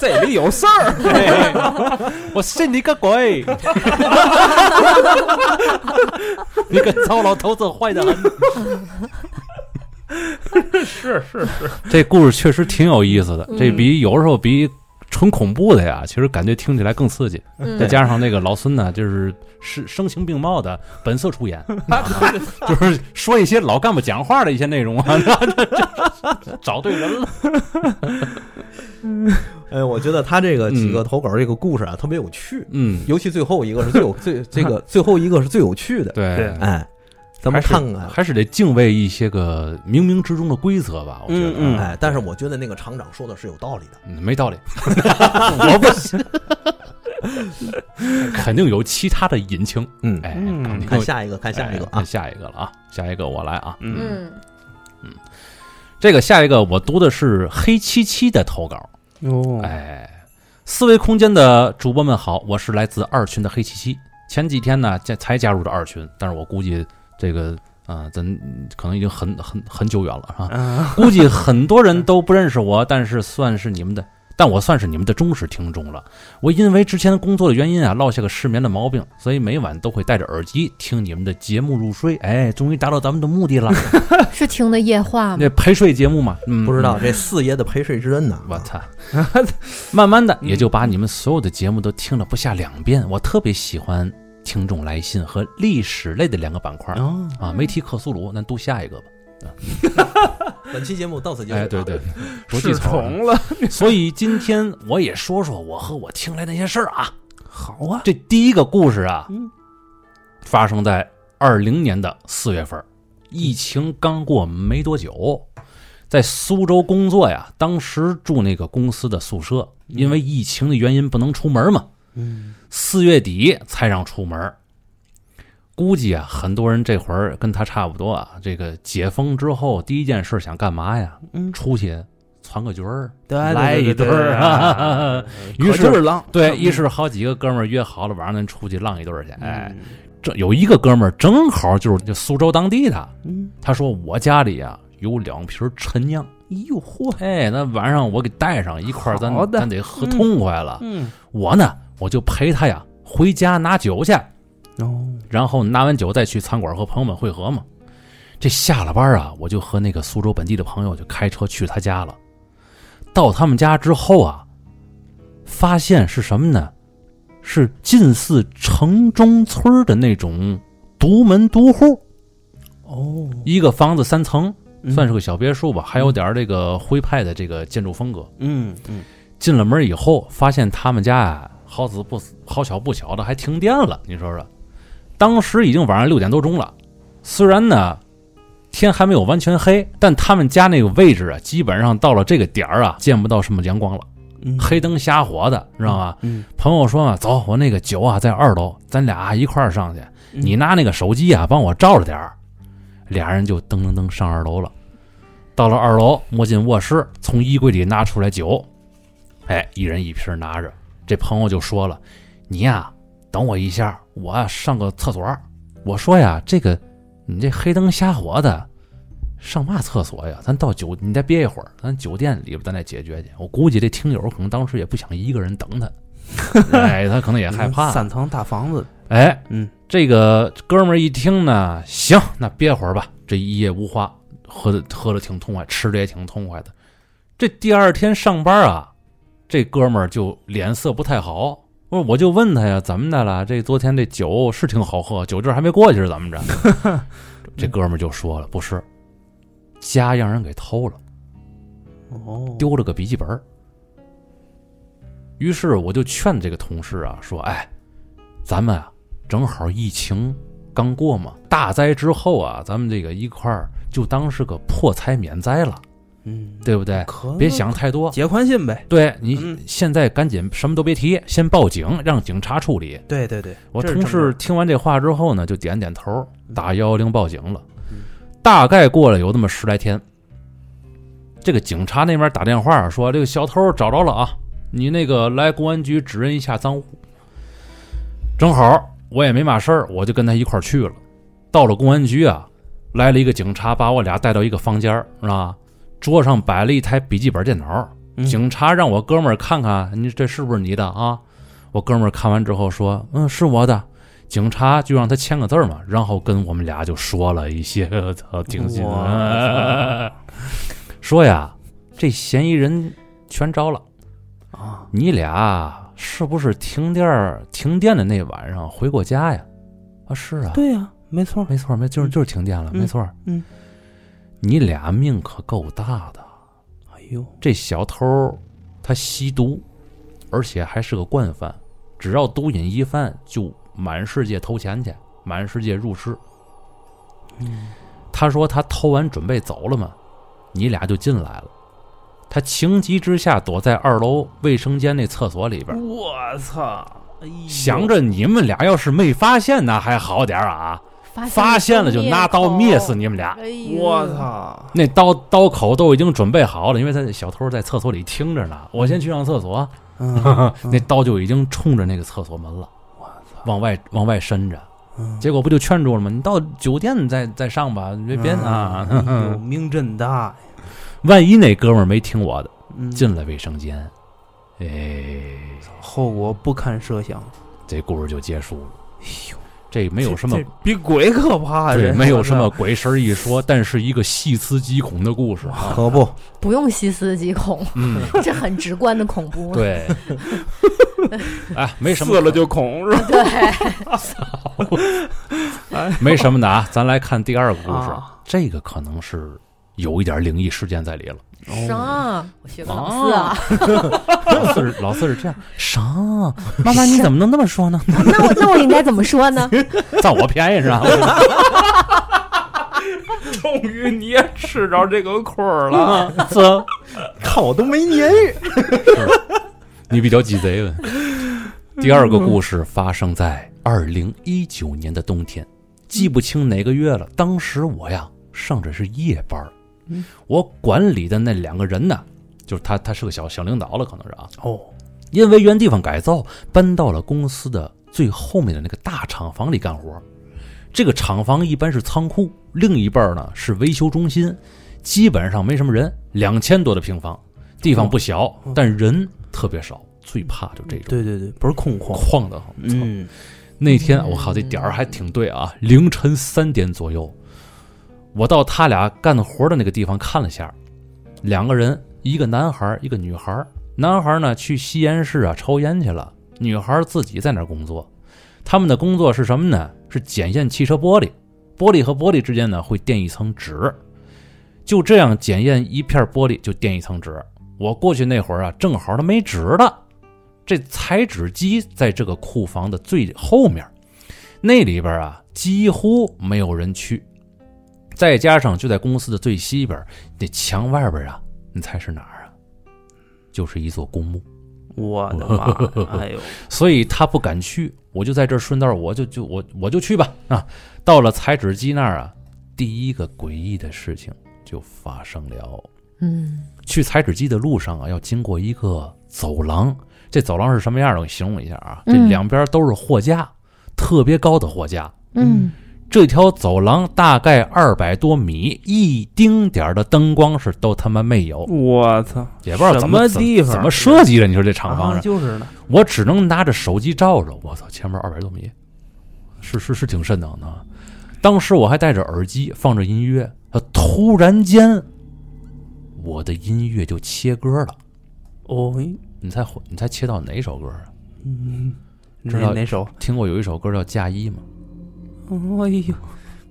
这里有事儿，哎我信你个 [LAUGHS] 鬼！你个糟老头子，坏的很。是是是，这故事确实挺有意思的，嗯这比有时候比纯恐怖的呀，其实感觉听起来更刺激。嗯再加上那个老孙呢，就是是生情并茂的本色出演， [LAUGHS] [LAUGHS] 就是说一些老干部讲话的一些内容啊， [LAUGHS] 找对人了。哎，我觉得他这个几个投稿这个故事啊，特别有趣，嗯，尤其最后一个是最 [LAUGHS] 有最这个最后一个是最有趣的。对对，哎，咱们还是看看。还是得敬畏一些个冥冥之中的规则吧，我觉得。嗯嗯哎，但是我觉得那个厂长说的是有道理的。嗯没道理， [LAUGHS] 我不信，肯定有其他的隐情。嗯，哎，嗯肯定有看下一个，看下一个哎啊看。下一个了啊，下一个我来啊。嗯嗯，这个下一个我读的是黑漆漆的投稿。哦哟，哎，四维空间的主播们好，我是来自二群的黑漆漆。前几天呢，加才加入的二群，但是我估计这个啊、呃咱嗯可能已经很很很久远了啊， [LAUGHS] 啊，估计很多人都不认识我，但是算是你们的，但我算是你们的忠实听众了。我因为之前工作的原因啊，落下个失眠的毛病，所以每晚都会戴着耳机听你们的节目入睡。哎，终于达到咱们的目的了，嗯是听的夜话吗？那陪睡节目嘛，嗯，不知道这四爷的陪睡之恩啊呢？我操！ [LAUGHS] 慢慢的也就把你们所有的节目都听了不下两遍。我特别喜欢听众来信和历史类的两个板块哦啊，没提克苏鲁，那读下一个吧。本期节目到此结束。哎，对 [LAUGHS] 对，，不记是仇了。 [LAUGHS] 虫了，所以今天我也说说我和我听来那些事儿啊。好啊，这第一个故事啊，嗯发生在二零年的四月份儿，疫情刚过没多久，在苏州工作呀。当时住那个公司的宿舍，因为疫情的原因不能出门嘛，嗯，四月底才让出门儿。估计啊，很多人这会儿跟他差不多啊。这个解封之后，第一件事想干嘛呀？嗯出去攒个局儿，对，来一对顿儿啊。 [LAUGHS] 于是是浪，对，嗯一是好几个哥们儿约好了，晚上咱出去浪一顿儿去。哎，嗯这有一个哥们儿正好就是就苏州当地的，嗯，他说我家里啊有两瓶陈酿，哎呦嚯，哎，那晚上我给带上一块儿，咱好的咱得喝嗯痛快了。嗯，我呢，我就陪他呀回家拿酒去，哦，然后拿完酒再去餐馆和朋友们会合嘛。这下了班啊，我就和那个苏州本地的朋友就开车去他家了。到他们家之后啊，发现是什么呢？是近似城中村儿的那种独门独户，哦，一个房子三层，嗯算是个小别墅吧，还有点儿这个徽派的这个建筑风格。嗯嗯，进了门以后，发现他们家啊，好死不死，好巧不巧的还停电了。你说说，当时已经晚上六点多钟了，虽然呢天还没有完全黑，但他们家那个位置啊，基本上到了这个点儿啊，见不到什么阳光了，嗯黑灯瞎火的，知道吗？嗯，朋友说啊，走，我那个酒啊在二楼，咱俩啊一块儿上去，嗯你拿那个手机啊帮我照着点儿。俩人就噔噔噔上二楼了。到了二楼，摸进卧室，从衣柜里拿出来酒，哎，一人一瓶拿着。这朋友就说了：“你呀、等我一下，我啊上个厕所。”我说呀：“这个你这黑灯瞎火的，上嘛厕所呀？咱到酒，你再憋一会儿，咱酒店里边咱再解决去。”我估计这听友可能当时也不想一个人等他， [LAUGHS] 哎，他可能也害怕了。三层嗯大房子，哎，嗯，这个哥们儿一听呢，行，那憋会儿吧。这一夜无话，喝的喝的挺痛快，吃的也挺痛快的。这第二天上班啊，这哥们儿就脸色不太好。不是，我就问他呀，怎么的了？这昨天这酒是挺好喝，酒劲儿还没过去是怎么着？这哥们儿就说了，不是，家让人给偷了。哦，丢了个笔记本儿。于是我就劝这个同事啊，说：“哎，咱们啊，正好疫情刚过嘛，大灾之后啊，咱们这个一块儿就当是个破财免灾了，嗯，对不对？可别想太多，结宽心呗，对嗯你现在赶紧什么都别提，先报警，让警察处理。”对对对，我这是同正事事听完这话之后呢，就点点头，打幺幺零报警了嗯。大概过了有那么十来天，这个警察那边打电话说，这个小偷找着了啊，你那个来公安局指认一下赃物。正好我也没嘛事儿，我就跟他一块儿去了。到了公安局啊，来了一个警察，把我俩带到一个房间儿，是吧？桌上摆了一台笔记本电脑，嗯警察让我哥们儿看看，你这是不是你的啊？我哥们儿看完之后说：“嗯，是我的。”警察就让他签个字儿嘛，然后跟我们俩就说了一些， [LAUGHS] 呃操，挺心哇 [LAUGHS] 的。说呀，这嫌疑人全招了，啊，你俩是不是停电儿停电的那晚上回过家呀？啊，是啊，对呀，没错，没错，没就是嗯就是停电了，嗯没错。嗯，你俩命可够大的。哎呦，这小偷他吸毒，而且还是个惯犯，只要毒瘾一犯，就满世界偷钱去，满世界入室。嗯他说他偷完准备走了嘛，你俩就进来了。他情急之下躲在二楼卫生间那厕所里边，嗯我操，哎呦想着你们俩要是没发现那还好点儿啊，发发现现了就拿刀灭死你们俩。你我！操，那刀刀口都已经准备好了，因为他小偷在厕所里听着呢。我先去上厕所，嗯那刀就已经冲着那个厕所门了，我操，往外往外伸着。嗯结果不就劝住了吗？你到酒店再再上吧，别别啊！ [LAUGHS] 哎呦命真大，万一那哥们儿没听我的，嗯进了卫生间，哎，后果不堪设想，这故事就结束了。哎呦，这没有什么这，这比鬼可怕，对，这没有什么，鬼神一说，但是一个细思极恐的故事啊。可不，不用细思极恐， [LAUGHS] 哎嗯，这很直观的恐怖。 [LAUGHS] 对。哎，没什么，死了 [LAUGHS] 就恐是吧？对， [LAUGHS] 没什么的啊，咱来看第二个故事，啊这个可能是有一点灵异事件在里了。啥？我学过老四哦啊。 [LAUGHS] 老四是老四是这样，啥？妈妈你怎么能那么说 [LAUGHS] 呢？ [LAUGHS] 那我那我应该怎么说 [LAUGHS] 呢？占我便宜是 [LAUGHS] 吧？终于你也吃着这个亏儿了。这看我都没鲶鱼。你比较鸡贼了。第二个故事发生在二零一九年的冬天，记不清哪个月了。当时我呀上着是夜班儿嗯，我管理的那两个人呢，就是他，他是个小小领导了，可能是啊，哦，因为原地方改造，搬到了公司的最后面的那个大厂房里干活。这个厂房一般是仓库，另一半呢是维修中心，基本上没什么人，两千多的平方，地方不小哦，但人特别少，最怕就这嗯种对对对，不是空旷。旷的很。操嗯，那天我靠，这点儿还挺对啊，凌晨三点左右，我到他俩干活的那个地方看了下，两个人，一个男孩儿，一个女孩儿。男孩儿呢去吸烟室啊抽烟去了，女孩儿自己在那儿工作。他们的工作是什么呢？是检验汽车玻璃，玻璃和玻璃之间呢会垫一层纸，就这样检验一片玻璃就垫一层纸。我过去那会儿啊，正好他没纸了。这裁纸机在这个库房的最后面儿，那里边儿啊几乎没有人去，再加上就在公司的最西边儿，那墙外边儿啊，你猜是哪儿啊？就是一座公墓， [LAUGHS] 我 [LAUGHS] 的妈！哎呦，所以他不敢去。我就在这儿顺道，我就就我我就去吧啊！到了裁纸机那儿啊，第一个诡异的事情就发生了。嗯，去裁纸机的路上啊，要经过一个走廊。这走廊是什么样的？我给你形容一下啊，这嗯两边都是货架，特别高的货架。嗯，这条走廊大概二百多米，一丁点儿的灯光是都他妈没有，我操！也不知道什怎么怎地方怎么设计的。你说这厂啊房是？就是呢。我只能拿着手机照着。我操，前面二百多米，是是是挺瘆得慌的啊。当时我还戴着耳机放着音乐，他突然间，我的音乐就切歌了。哦，你猜会你猜切到哪首歌啊？嗯，知道哪哪首？听过有一首歌叫《嫁衣》吗？哎呦，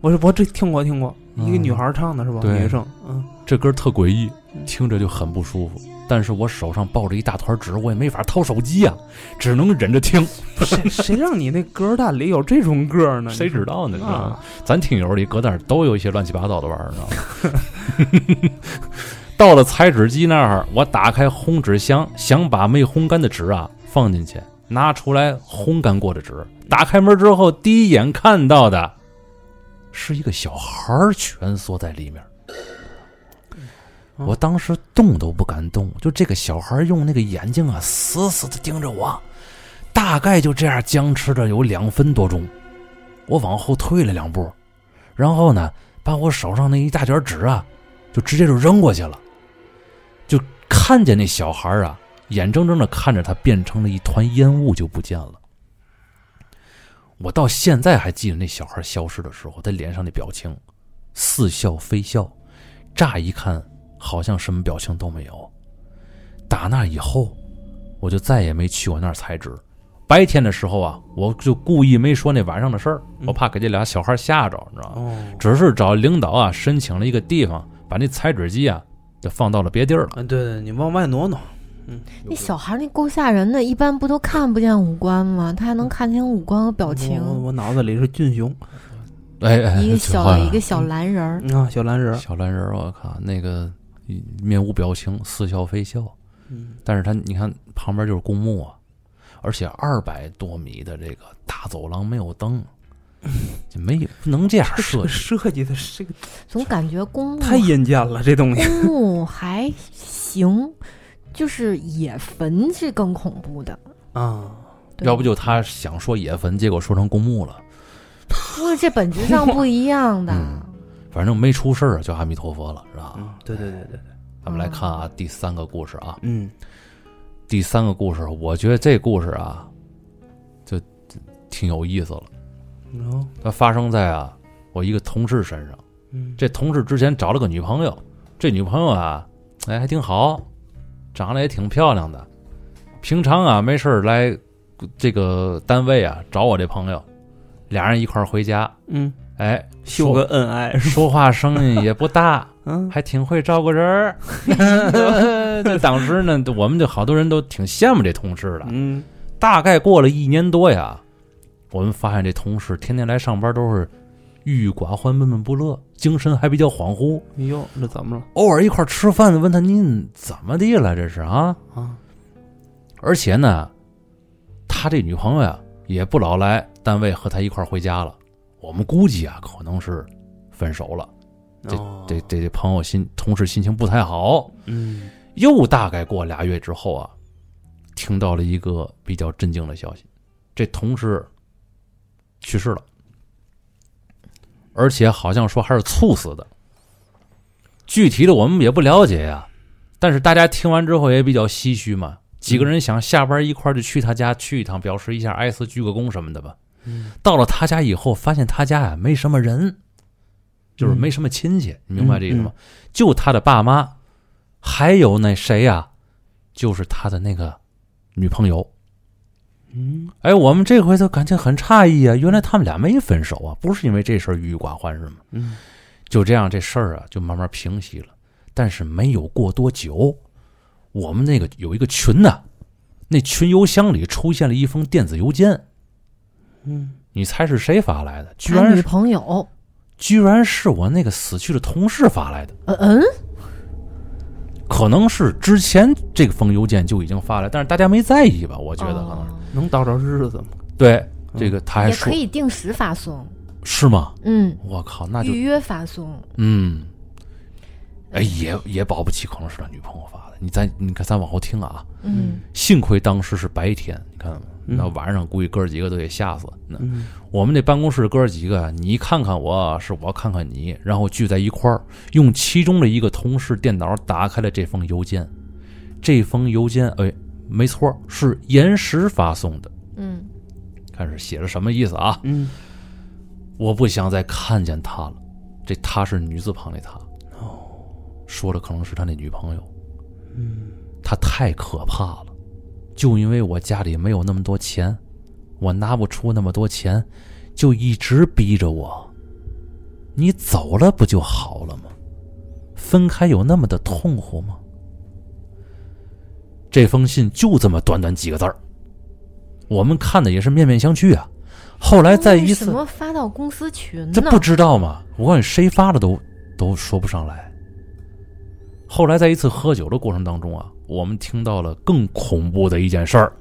我说我这听过听过，一个女孩唱的是吧？嗯对女生，嗯， [LAUGHS] 这歌特诡异，听着就很不舒服。但是我手上抱着一大团纸，我也没法掏手机啊，只能忍着听。谁谁让你那歌单里有这种歌呢？谁知道呢？你知道吗啊？咱听友里歌单都有一些乱七八糟的玩意儿，你知道吗？到了裁纸机那儿，我打开烘纸箱，想把没烘干的纸啊放进去，拿出来烘干过的纸。打开门之后，第一眼看到的是一个小孩儿蜷缩在里面。我当时动都不敢动，就这个小孩儿用那个眼睛啊，死死的盯着我，大概就这样僵持着有两分多钟。我往后退了两步，然后呢，把我手上那一大卷纸啊，就直接就扔过去了，就看见那小孩儿啊，眼睁睁的看着他变成了一团烟雾就不见了。我到现在还记得那小孩消失的时候，他脸上的表情，似笑非笑，乍一看好像什么表情都没有。打那以后，我就再也没去过那儿采纸。白天的时候啊，我就故意没说那晚上的事儿，我怕给这俩小孩吓着，你知道吗？哦，只是找领导啊申请了一个地方，把那裁纸机啊就放到了别地儿了。啊，对对，你往外挪挪。那小孩儿那够吓人的，一般不都看不见五官吗？他还嗯能看清五官和表情我，我我脑子里是俊雄哎哎，一个小的，一个个小蓝人嗯儿。啊，小蓝人儿。小蓝人儿，我靠，那个嗯面无表情，似笑非笑。嗯，但是他，你看旁边就是公墓啊，而且二百多米的这个大走廊没有 [LAUGHS] 灯，就没有不能这样这设计。个设计的这个总感觉公墓太阴间了，这东西。公墓还行，就是野坟是更恐怖的。 [LAUGHS] 啊，对要不就他想说野坟，结果说成公墓了。不是这本质上不一样的。 [LAUGHS] 嗯反正没出事儿，啊就阿弥陀佛了，是吧？嗯，对对对对，对咱们来看啊，第三个故事啊，嗯，第三个故事，我觉得这故事啊，就就挺有意思了。然后它发生在啊我一个同事身上。嗯，这同事之前找了个女朋友，这女朋友啊，哎还挺好，长得也挺漂亮的。平常啊没事儿来这个单位啊找我这朋友，俩人一块儿回家，嗯，哎秀说个恩爱是吧？说话声音也不大， [LAUGHS] 嗯，还挺会照顾人儿。 [LAUGHS] 那当时呢，我们就好多人都挺羡慕这同事的。 [LAUGHS] 嗯，大概过了一年多呀，我们发现这同事天天来上班都是郁郁寡欢、闷闷不乐，精神还比较恍惚。哎呦，这怎么了偶尔一块儿吃饭，问他您怎么地了？这是啊？啊？而且呢，他这女朋友呀也不老来单位和他一块儿回家了。我们估计啊，可能是分手了。哦这这这朋友心同事心情不太好。嗯，又大概过俩月之后啊，听到了一个比较震惊的消息，这同事去世了，而且好像说还是猝死的。具体的我们也不了解呀，但是大家听完之后也比较唏嘘嘛。几个人想下班一块儿就去他家去一趟，表示一下哀思，鞠个躬什么的吧。嗯到了他家以后，发现他家呀没什么人，就是没什么亲戚，你明白这意思嗯吗？就他的爸妈，还有那谁呀、就是他的那个女朋友。嗯，哎，我们这回都感觉很诧异啊，原来他们俩没分手啊，不是因为这事儿郁郁寡欢是吗？嗯，就这样，这事儿啊就慢慢平息了，但是没有过多久，我们那个有一个群呐、那群邮箱里出现了一封电子邮件，嗯，你猜是谁发来的？居他然女啊是朋友，居然是我那个死去的同事发来的。嗯嗯，可能是之前这封邮件就已经发了，但是大家没在意吧？我觉得可能是、哦能到这日子吗？对这个，他还也说可以定时发送，是吗？嗯，我靠，那就预约发送，嗯，哎，也也保不齐可能是他女朋友发的。你咱你看，咱往后听啊，嗯，幸亏当时是白天，你看嗯那晚上估计哥儿几个都得吓死。那嗯，我们这办公室哥儿几个，你看看我，是我看看你，然后聚在一块儿，用其中的一个同事电脑打开了这封邮件。这封邮件，哎，没错，是延时发送的。嗯，看是写着什么意思啊？嗯，我不想再看见他了。这他是女字旁的他，哦，说的可能是他那女朋友。嗯，他太可怕了，就因为我家里没有那么多钱，我拿不出那么多钱，就一直逼着我。你走了不就好了吗？分开有那么的痛苦吗？这封信就这么短短几个字儿，我们看的也是面面相觑啊。后来再一为次什，么发到公司群这呢？不知道吗？我告诉你，谁发的都都说不上来。后来在一次喝酒的过程当中啊，我们听到了更恐怖的一件事儿。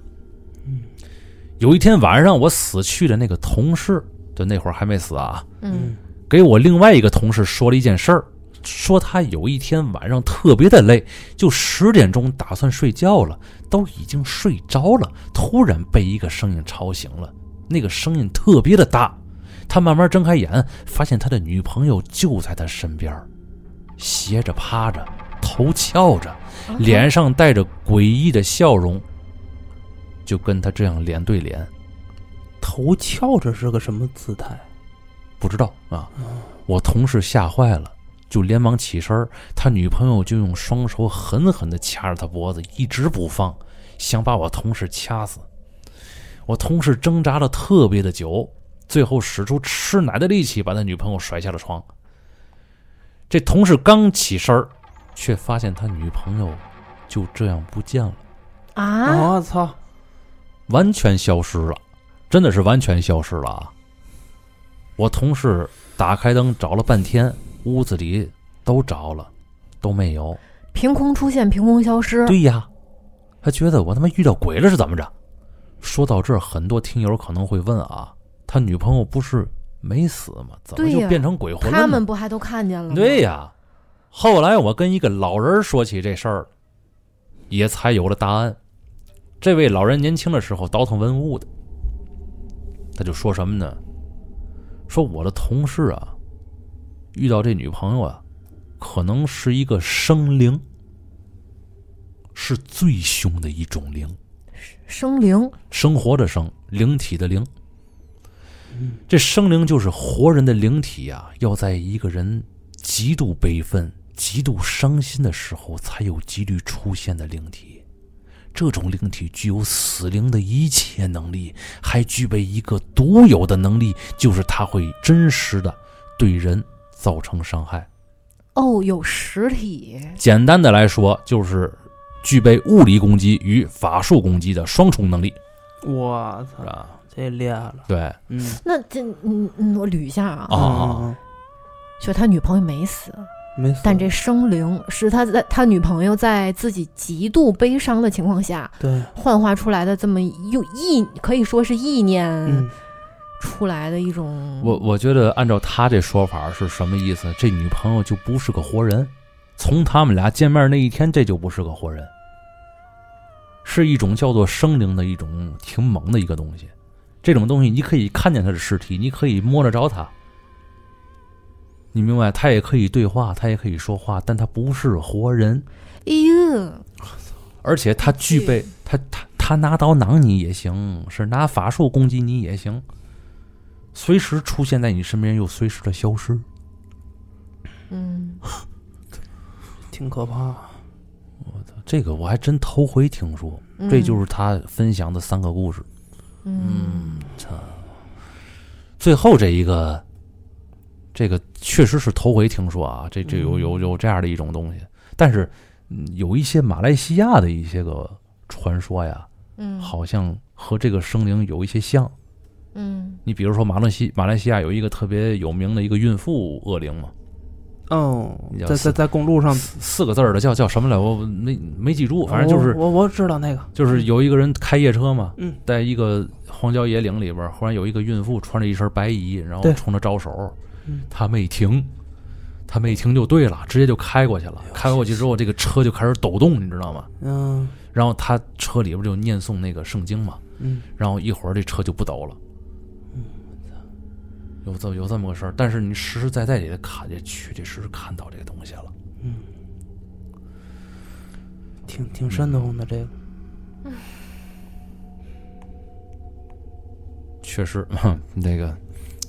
有一天晚上，我死去的那个同事，就那会儿还没死啊，嗯，给我另外一个同事说了一件事儿，说他有一天晚上特别的累，就十点钟打算睡觉了，都已经睡着了，突然被一个声音吵醒了，那个声音特别的大，他慢慢睁开眼，发现他的女朋友就在他身边儿，斜着趴着，头翘着，脸上带着诡异的笑容，就跟他这样脸对脸，头翘着是个什么姿态？不知道啊。我同事吓坏了，就连忙起身儿，他女朋友就用双手狠狠地掐着他脖子，一直不放，想把我同事掐死。我同事挣扎了特别的久，最后使出吃奶的力气把他女朋友甩下了床。这同事刚起身儿，却发现他女朋友就这样不见了，啊，我操！完全消失了，真的是完全消失了啊！我同事打开灯找了半天，屋子里都找了，都没有。凭空出现，凭空消失，对呀，他觉得我他妈遇到鬼了是怎么着？说到这儿，很多听友可能会问啊，他女朋友不是没死吗？怎么对就呀变成鬼魂了呢？他们不还都看见了吗？对呀，后来我跟一个老人说起这事儿，也才有了答案。这位老人年轻的时候倒腾文物的，他就说什么呢？说我的同事啊，遇到这女朋友啊，可能是一个生灵，是最凶的一种灵。生灵，生活的生，灵体的灵。这生灵就是活人的灵体啊，要在一个人极度悲愤、极度伤心的时候，才有几率出现的灵体。这种灵体具有死灵的一切能力，还具备一个独有的能力，就是它会真实的对人造成伤害。哦，有实体，简单的来说，就是具备物理攻击与法术攻击的双重能力，我操是，吧？这厉害了，对，啊嗯那这嗯嗯，我捋一下啊，啊啊，嗯就他女朋友没死，没死，但这生灵是他在他女朋友在自己极度悲伤的情况下对，幻化出来的这么又意可以说是意念嗯，出来的一种。我我觉得按照他这说法是什么意思？这女朋友就不是个活人，从他们俩见面那一天，这就不是个活人，是一种叫做生灵的一种挺猛的一个东西。这种东西你可以看见它的尸体，你可以摸得着它，你明白？它也可以对话，它也可以说话，但它不是活人，哎呦，而且它具备它它它拿刀攮你也行，是拿法术攻击你也行，随时出现在你身边又随时的消失。嗯，挺可怕，这个我还真头回听说，嗯这就是他分享的三个故事。嗯最后这一个，这个确实是头回听说啊，这这有嗯有有这样的一种东西，但是嗯有一些马来西亚的一些个传说呀，嗯好像和这个生灵有一些像。嗯你比如说马来西马来西亚有一个特别有名的一个孕妇恶灵嘛，哦你，要在在死在公路上，四四个字儿的叫叫什么来，我我没没记住，反正就是哦我我我知道那个，就是有一个人开夜车嘛，嗯在一个荒郊野岭里边儿，忽然有一个孕妇穿着一身白衣，然后对冲他招手嗯，他没停，他没停就对了，直接就开过去了。哎开过去之后，这个车就开始抖动，你知道吗？嗯然后他车里边就念诵那个圣经嘛，嗯，然后一会儿这车就不抖了。有这有这么个事儿，但是你实实在在也看，也去确实看到这个东西了。挺挺瘆得慌的这个，确实， [LAUGHS] 那个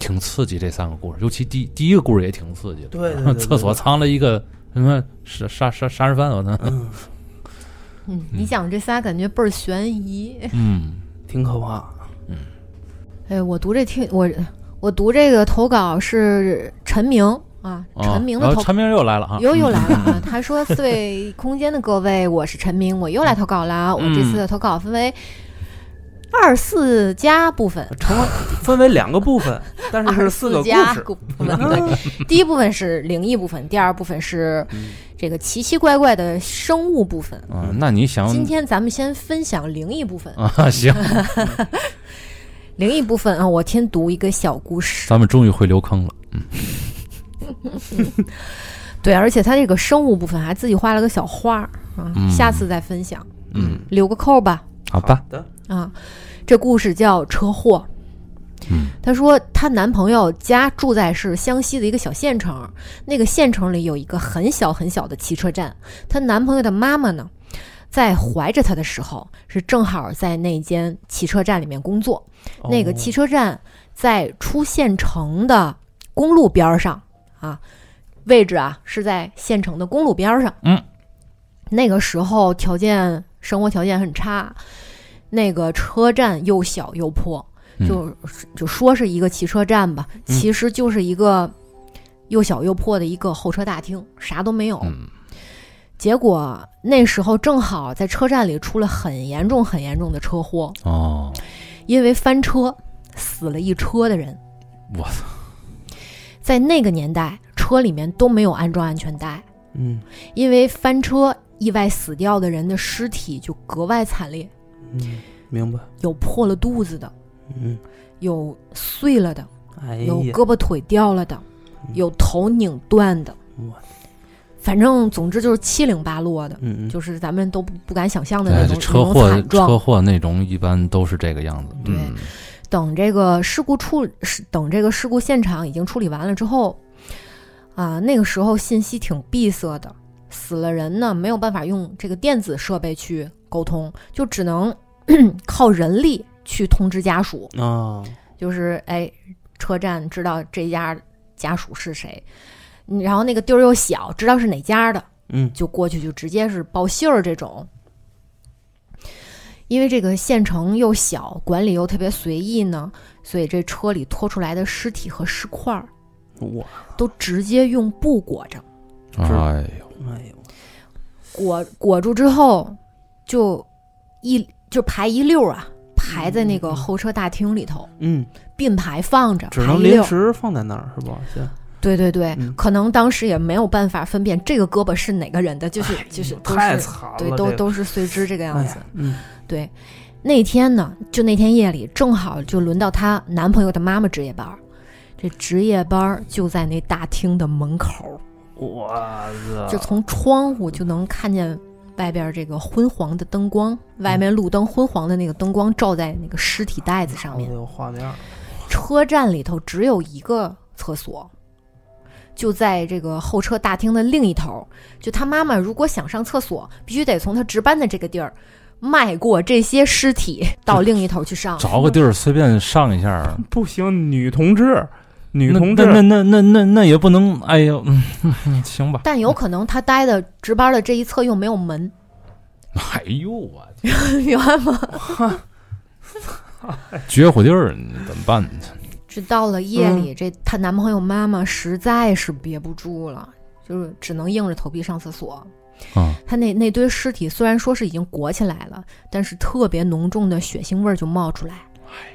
挺刺激。这三个故事，尤其第第一个故事也挺刺激的。对对 [LAUGHS] 对对 [LAUGHS] 厕所藏了一个什么杀杀杀杀人犯，我操！嗯，嗯，你讲这仨感觉倍儿悬疑。嗯，挺可怕，哎，我读这听我我读这个投稿是陈明啊，嗯陈明啊的然投后嗯陈明又来了哈。又又来了 [LAUGHS] 啊！他说：“四位空间的各位，我是陈明，我又来投稿啦。我这次嗯的投稿分为二四加部分，成了分为两个部 [LAUGHS] 分，但是二是四四个故加事，部分。 [LAUGHS] 对，第一部分是灵异部分，第二部分是这个奇奇怪怪的生物部分。嗯，那你想今天咱们先分享灵异部分，啊？ [LAUGHS] 行，灵异部分啊，我先读一个小故事。”咱们终于会留坑了。对，而且它这个生物部分还自己画了个小画儿啊，嗯下次再分享，嗯，留个扣儿吧好吧，的，啊。这故事叫车祸。嗯，她说她男朋友家住在是湘西的一个小县城，那个县城里有一个很小很小的汽车站。她男朋友的妈妈呢，在怀着她的时候，是正好在那间汽车站里面工作。哦那个汽车，车站在出县城的公路边儿上啊，位置啊是在县城的公路边儿上。嗯，那个时候条件生活条件很差，那个车站又小又破，就就说是一个汽车站吧，嗯其实就是一个又小又破的一个候车大厅，啥都没有。嗯结果那时候正好在车站里出了很严重、很严重的车祸，哦，因为翻车死了一车的人。我操！在那个年代，车里面都没有安装安全带，嗯因为翻车意外死掉的人的尸体就格外惨烈，嗯，明白，有破了肚子的，嗯，有碎了的，哎有呀，嗯胳膊腿掉了的，有头拧断的哇，反正总之就是七零八落的。嗯嗯，就是咱们都不不敢想象的那哎，种这那车种祸惨状车。祸那种一般都是这个样子。对嗯等这个事故处是等这个事故现场已经处理完了之后，啊，那个时候信息挺闭塞的，死了人呢没有办法用这个电子设备去沟通，就只能 [CLEARS THROAT] 靠人力去通知家属，啊，就是哎，车站知道这家家属是谁，嗯然后那个地儿又小，知道是哪家的，嗯就过去就直接是报信儿这种。因为这个县城又小，管理又特别随意呢，所以这车里拖出来的尸体和尸块儿我都直接用布裹着，是哎啊呦，哎呦，裹裹住之后，就一就排一溜儿啊，排在那个候车大厅里头，嗯，并排放着，只排能一临溜儿。时放在那儿是吧？先对对对，嗯可能当时也没有办法分辨这个胳膊是哪个人的，就是就是都哎太是惨了，对，这都个都是随之这个样哎子。呀嗯对，那天呢，就那天夜里，正好就轮到她男朋友的妈妈值夜班儿，这值夜班儿就在那大厅的门口我儿，操，就从窗户就能看见外边儿这个昏黄的灯光，外面路灯昏黄的那个灯光照在那个尸体袋子上面脑子。有画面儿，车站里头只有一个厕所，就在这个候车大厅的另一头。就他妈妈如果想上厕所，必须得从他值班的这个地儿迈过这些尸体到另一头去上。找个地儿随便上一下，不行，女同志，女那同志，那那那那那也不能，哎呦， [LAUGHS] 嗯，行吧。但有可能他待的值班的这一侧又没有门， [LAUGHS] 哎呦我天，明白吗？绝户地儿你怎么办？这到了夜里，这她男朋友妈妈实在是憋不住了，就是只能硬着头皮上厕所。啊，她那那堆尸体虽然说是已经裹起来了，但是特别浓重的血腥味儿就冒出来，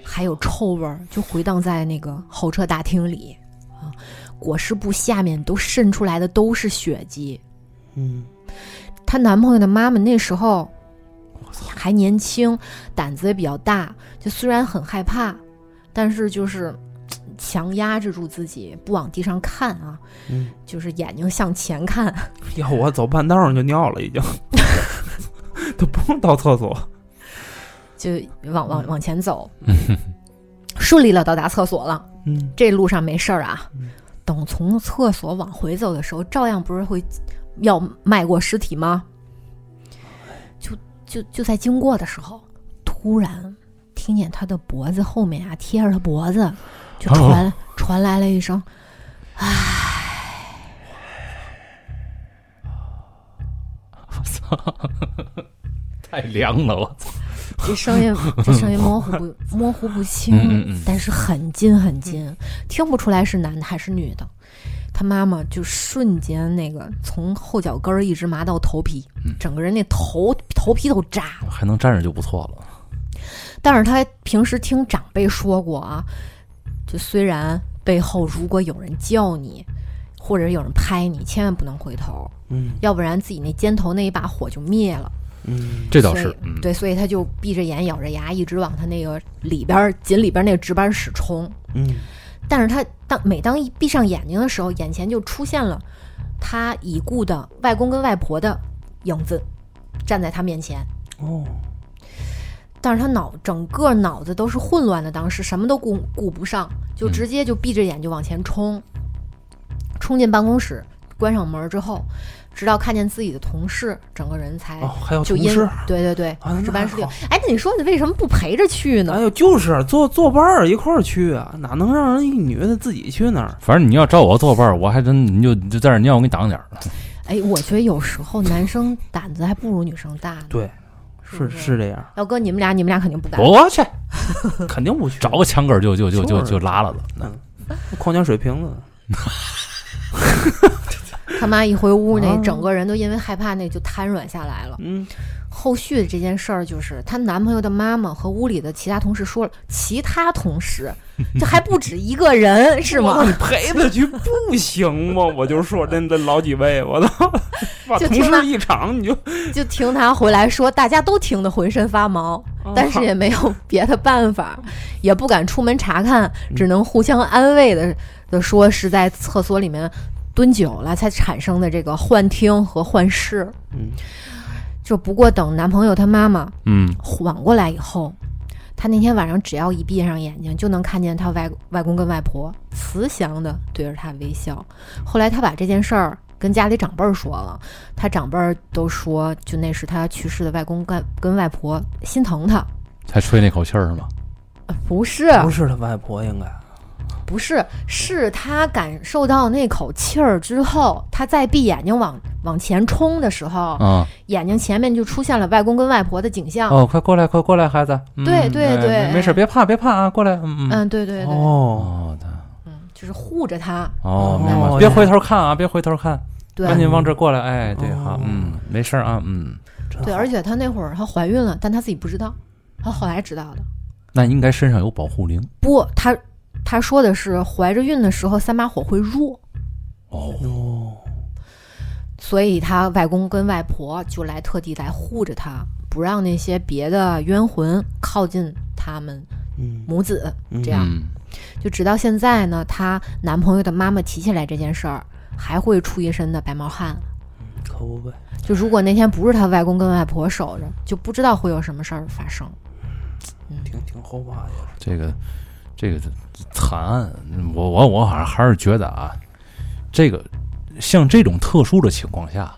还有臭味儿就回荡在那个候车大厅里啊，裹尸布下面都渗出来的都是血迹。嗯，她男朋友的妈妈那时候还年轻，胆子也比较大，就虽然很害怕，但是就是嘖强压制住自己，不往地上看啊，嗯就是眼睛向前看。 [LAUGHS] 要我走半道上就尿了，已经，都不用到厕所，就往往嗯往前 [LAUGHS] 走，顺利了到达厕所了。嗯，这路上没事儿啊嗯，等从厕所往回走的时候，照样不是会要迈过尸体吗？就就就在经过的时候，突然听见他的脖子后面啊，贴着他脖子，就哦传、传来了一声“唉太凉了，我”，这声音这声音模糊不模糊不清，嗯嗯嗯但是很近很近，听不出来是男的还是女的。他妈妈就瞬间那个从后脚跟儿一直麻到头皮，嗯整个人那头头皮都炸了。还能站着就不错了。但是他平时听长辈说过啊，就虽然背后如果有人叫你，或者有人拍你，千万不能回头，嗯要不然自己那肩头那一把火就灭了。嗯，这倒所是以，嗯，对，所以他就闭着眼咬着牙，一直往他那个里边儿紧里边儿那个值班室冲。嗯，但是他当每当一闭上眼睛的时候，眼前就出现了他已故的外公跟外婆的影子，站在他面前。哦，但是他脑整个脑子都是混乱的，当时什么都顾顾不上，就嗯直接就闭着眼就往前冲，冲进办公室，关上门之后，直到看见自己的同事，整个人才哦，还有就同因、事。对对对啊，值那班还室里好。哎，那你说你为什么不陪着去呢哎？呦，就是坐坐伴儿一块儿去啊，哪能让人一女的自己去那儿？反正你要找我作伴儿，我还真你就你就在这儿尿，我给你挡点儿。哎，我觉得有时候男生胆子还不如女生大呢。对，是是是这样，要搁你们俩，你们俩肯定不敢。我去，肯定不去。找个墙根儿就就就就就是就拉了了。矿泉水 [LAUGHS] 瓶子，他妈一回屋，那啊整个人都因为害怕，那就瘫软下来了。嗯，后续的这件事儿，就是她男朋友的妈妈和屋里的其他同事说了，其他同事这还不止一个人是我吗说？你陪他去不行吗？我就说真的老几位， [LAUGHS] 我操，把就同听他事一场你就，就听她回来说，大家都听得浑身发毛， [LAUGHS] 哦但是也没有别的办法， [LAUGHS] 也不敢出门查看，只能互相安慰的的说是在厕所里面蹲久了才产生的这个幻听和幻视。嗯，就不过等男朋友他妈妈嗯，缓过来以后，她那天晚上只要一闭上眼睛，就能看见她外外公跟外婆慈祥的对着她微笑。后来她把这件事儿跟家里长辈儿说了，她长辈儿都说，就那是她去世的外公跟跟外婆心疼她。才吹那口气儿是吗？呃不是，不是他外婆应该，不是，是她感受到那口气儿之后，她再闭眼睛往往前冲的时候，啊，眼睛前面就出现了外公跟外婆的景象。哦，快过来，快过来，孩子。嗯对对哎对没没事，别怕，别怕啊，过来。嗯嗯。嗯，对对对，哦，哦，他嗯，就是护着她。哦，明哦白。别回头看啊，别回头看。对赶紧往这儿过来，哎，对，好哦，嗯，没事儿啊，嗯，真对，好而且她那会儿她怀孕了，但她自己不知道，她后来知道的。那应该身上有保护灵不，她她说的是怀着孕的时候三把火会弱，哦，哦，所以她外公跟外婆就来特地来护着她，不让那些别的冤魂靠近他们嗯，母子。嗯这样嗯，就直到现在呢，她男朋友的妈妈提起来这件事儿，还会出一身的白毛汗。可不呗，就如果那天不是她外公跟外婆守着，就不知道会有什么事儿发生。挺挺后怕也是。这个这个惨案，我我我好像还是觉得啊，这个像这种特殊的情况下，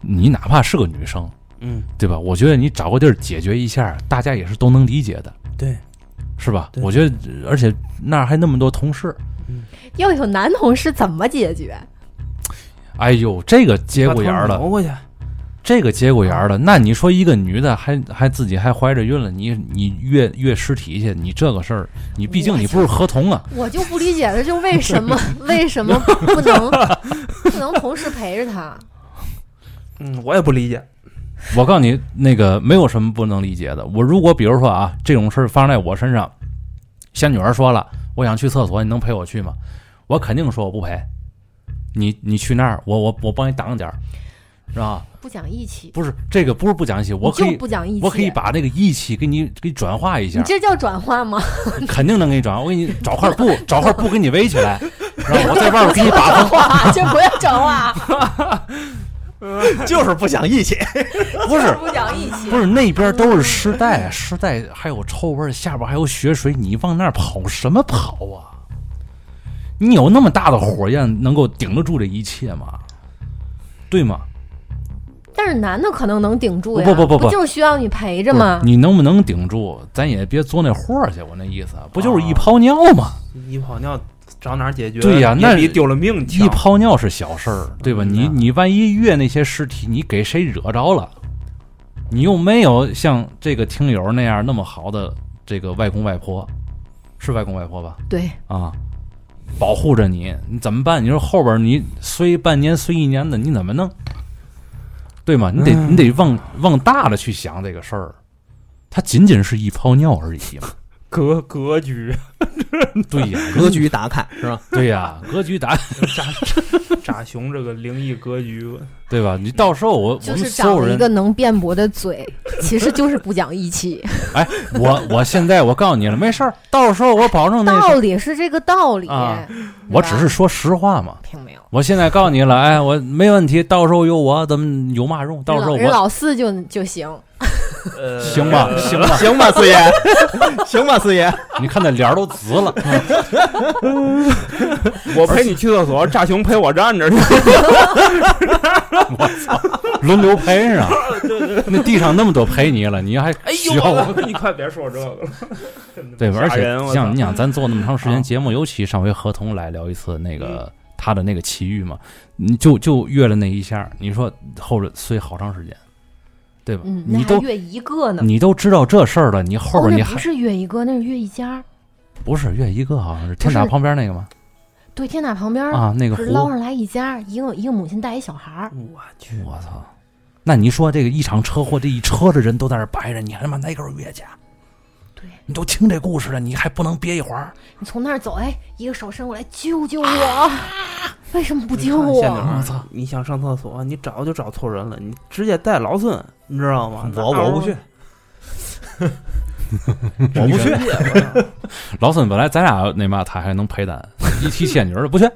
你哪怕是个女生，嗯，对吧？我觉得你找个地儿解决一下，大家也是都能理解的，对，是吧？对我觉得，而且那儿还那么多同事，要有男同事怎么解决？哎呦，这个节骨眼儿了，挪过去，这个节骨眼儿了，那你说一个女的还还自己还怀着孕了，你你越越尸体去，你这个事儿，你毕竟你不是合同啊，我就不理解的就是为 [LAUGHS] 什么为什么不能不能同事陪着她？嗯，我也不理解。我告诉你，那个没有什么不能理解的。我如果比如说啊，这种事儿发生在我身上，像女儿说了，我想去厕所，你能陪我去吗？我肯定说我不陪。你你去那儿，我我我帮你挡点儿，是吧？不讲义气，不是这个不是不讲义气，我可你就以不讲义气，我可以把那个义气给你给你转化一你下，这叫转 [LAUGHS] 化吗？肯定能给你转化。我给你找块布，找块布给你围起来，然后我在外边给你把风，化，这不叫转化， [LAUGHS] 就是不讲义气。不是不讲义气不是那边都是尸袋，尸袋还有臭味儿，下边还有血水，你往那儿跑什么跑啊？你有那么大的火焰能够顶得住这一切吗？对吗？但是男的可能能顶住呀，不不不不就是需要你陪着不是吗？你能不能顶住？咱也别做那货儿去，我那意思啊不就是一泡尿吗？一泡尿找哪儿解决？对呀也那比丢了命强。一泡尿是小事儿，对吧？嗯你呐你万一越那些尸体，你给谁惹着了？你又没有像这个听友那样那么好的这个外公外婆，是外公外婆吧？对，啊，保护着你，你怎么办？你说后边你虽半年虽一年的，你怎么弄？对吗？你得嗯你得往往大了去想这个事儿，它仅仅是一泡尿而已嘛。格格局，对呀，格局打开是吧？对呀，格局打炸 [LAUGHS] 炸熊这个灵异格局， [LAUGHS] 对吧？你到时候我我就们是所找有了一人，个能辩驳的嘴， [LAUGHS] 其实就是不讲义气。哎，我我现在我告诉你了，没事儿，到时候我保证那道是，理是这个道理，啊对吧我只是说实话嘛。并没有。我现在告诉你了，哎，我没问题，到时候有我，咱们有嘛用？到时候人我老四就就行，呃，行吧，行吧， [LAUGHS] 嗯 [LAUGHS] 行吧，四爷，行吧，四爷，你看那脸儿都紫了。 [LAUGHS] 我陪你去厕所，炸熊陪我 [LAUGHS] 站着去。轮流陪是吧？那地上那么多陪你了，你还哎需要我？你快别说这个了，对吧？而吓且人我操像你想，咱做那么长时啊嗯间节目，尤其上回合同来聊一次那个他的那个奇遇嘛，你就就越了那一下，你说后着睡好长时间，对吧？嗯，那你还都越一个呢。你都知道这事儿了，你后边哦你那还不是越一哥，那是越一家。不是越一个好像是天塔旁边那个吗？对，天塔旁边儿啊，那个是湖，捞上来一家，一个一个母亲带一小孩儿，我去，我操！那你说这个一场车祸，这一车的人都在那儿白着，你还他妈哪根儿越去？对你都听这故事了，你还不能憋一会儿？你从那儿走，哎，一个手伸过来，救救我！为什么不救啊你看现在我？玩意儿我操！你想上厕所，你找就找错人了，你直接带老孙，你知道吗？我我 [LAUGHS] [LAUGHS] 不去，我不去。去。老孙本来咱俩那嘛，他还能陪 [LAUGHS] 咱，一提仙女儿了，不去。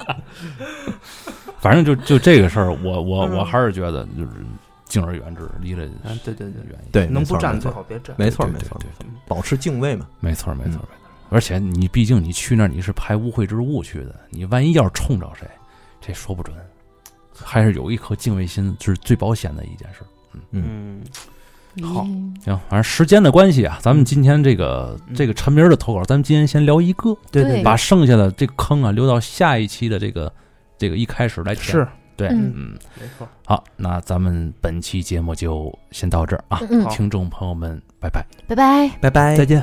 [LAUGHS] 反正就就这个事儿，我我嗯我还是觉得就是敬而远之，离得啊，对对对，远一点。对，能没错不站没最错，好别站。没错对没错，对对保持敬畏嘛。没错没错没错嗯。而且你毕竟你去那儿你是拍污秽之物去的，你万一要是冲着谁，这说不准。还是有一颗敬畏心，是最保险的一件事。嗯，好嗯，行，反正时间的关系啊，咱们今天这个嗯这个陈明儿的投稿，咱们今天先聊一个。对对把剩下的这个坑啊留到下一期的这个这个一开始来填。是对，嗯嗯，没错。好，那咱们本期节目就先到这儿啊，嗯嗯，好听众朋友们，拜拜。拜拜。拜拜再见。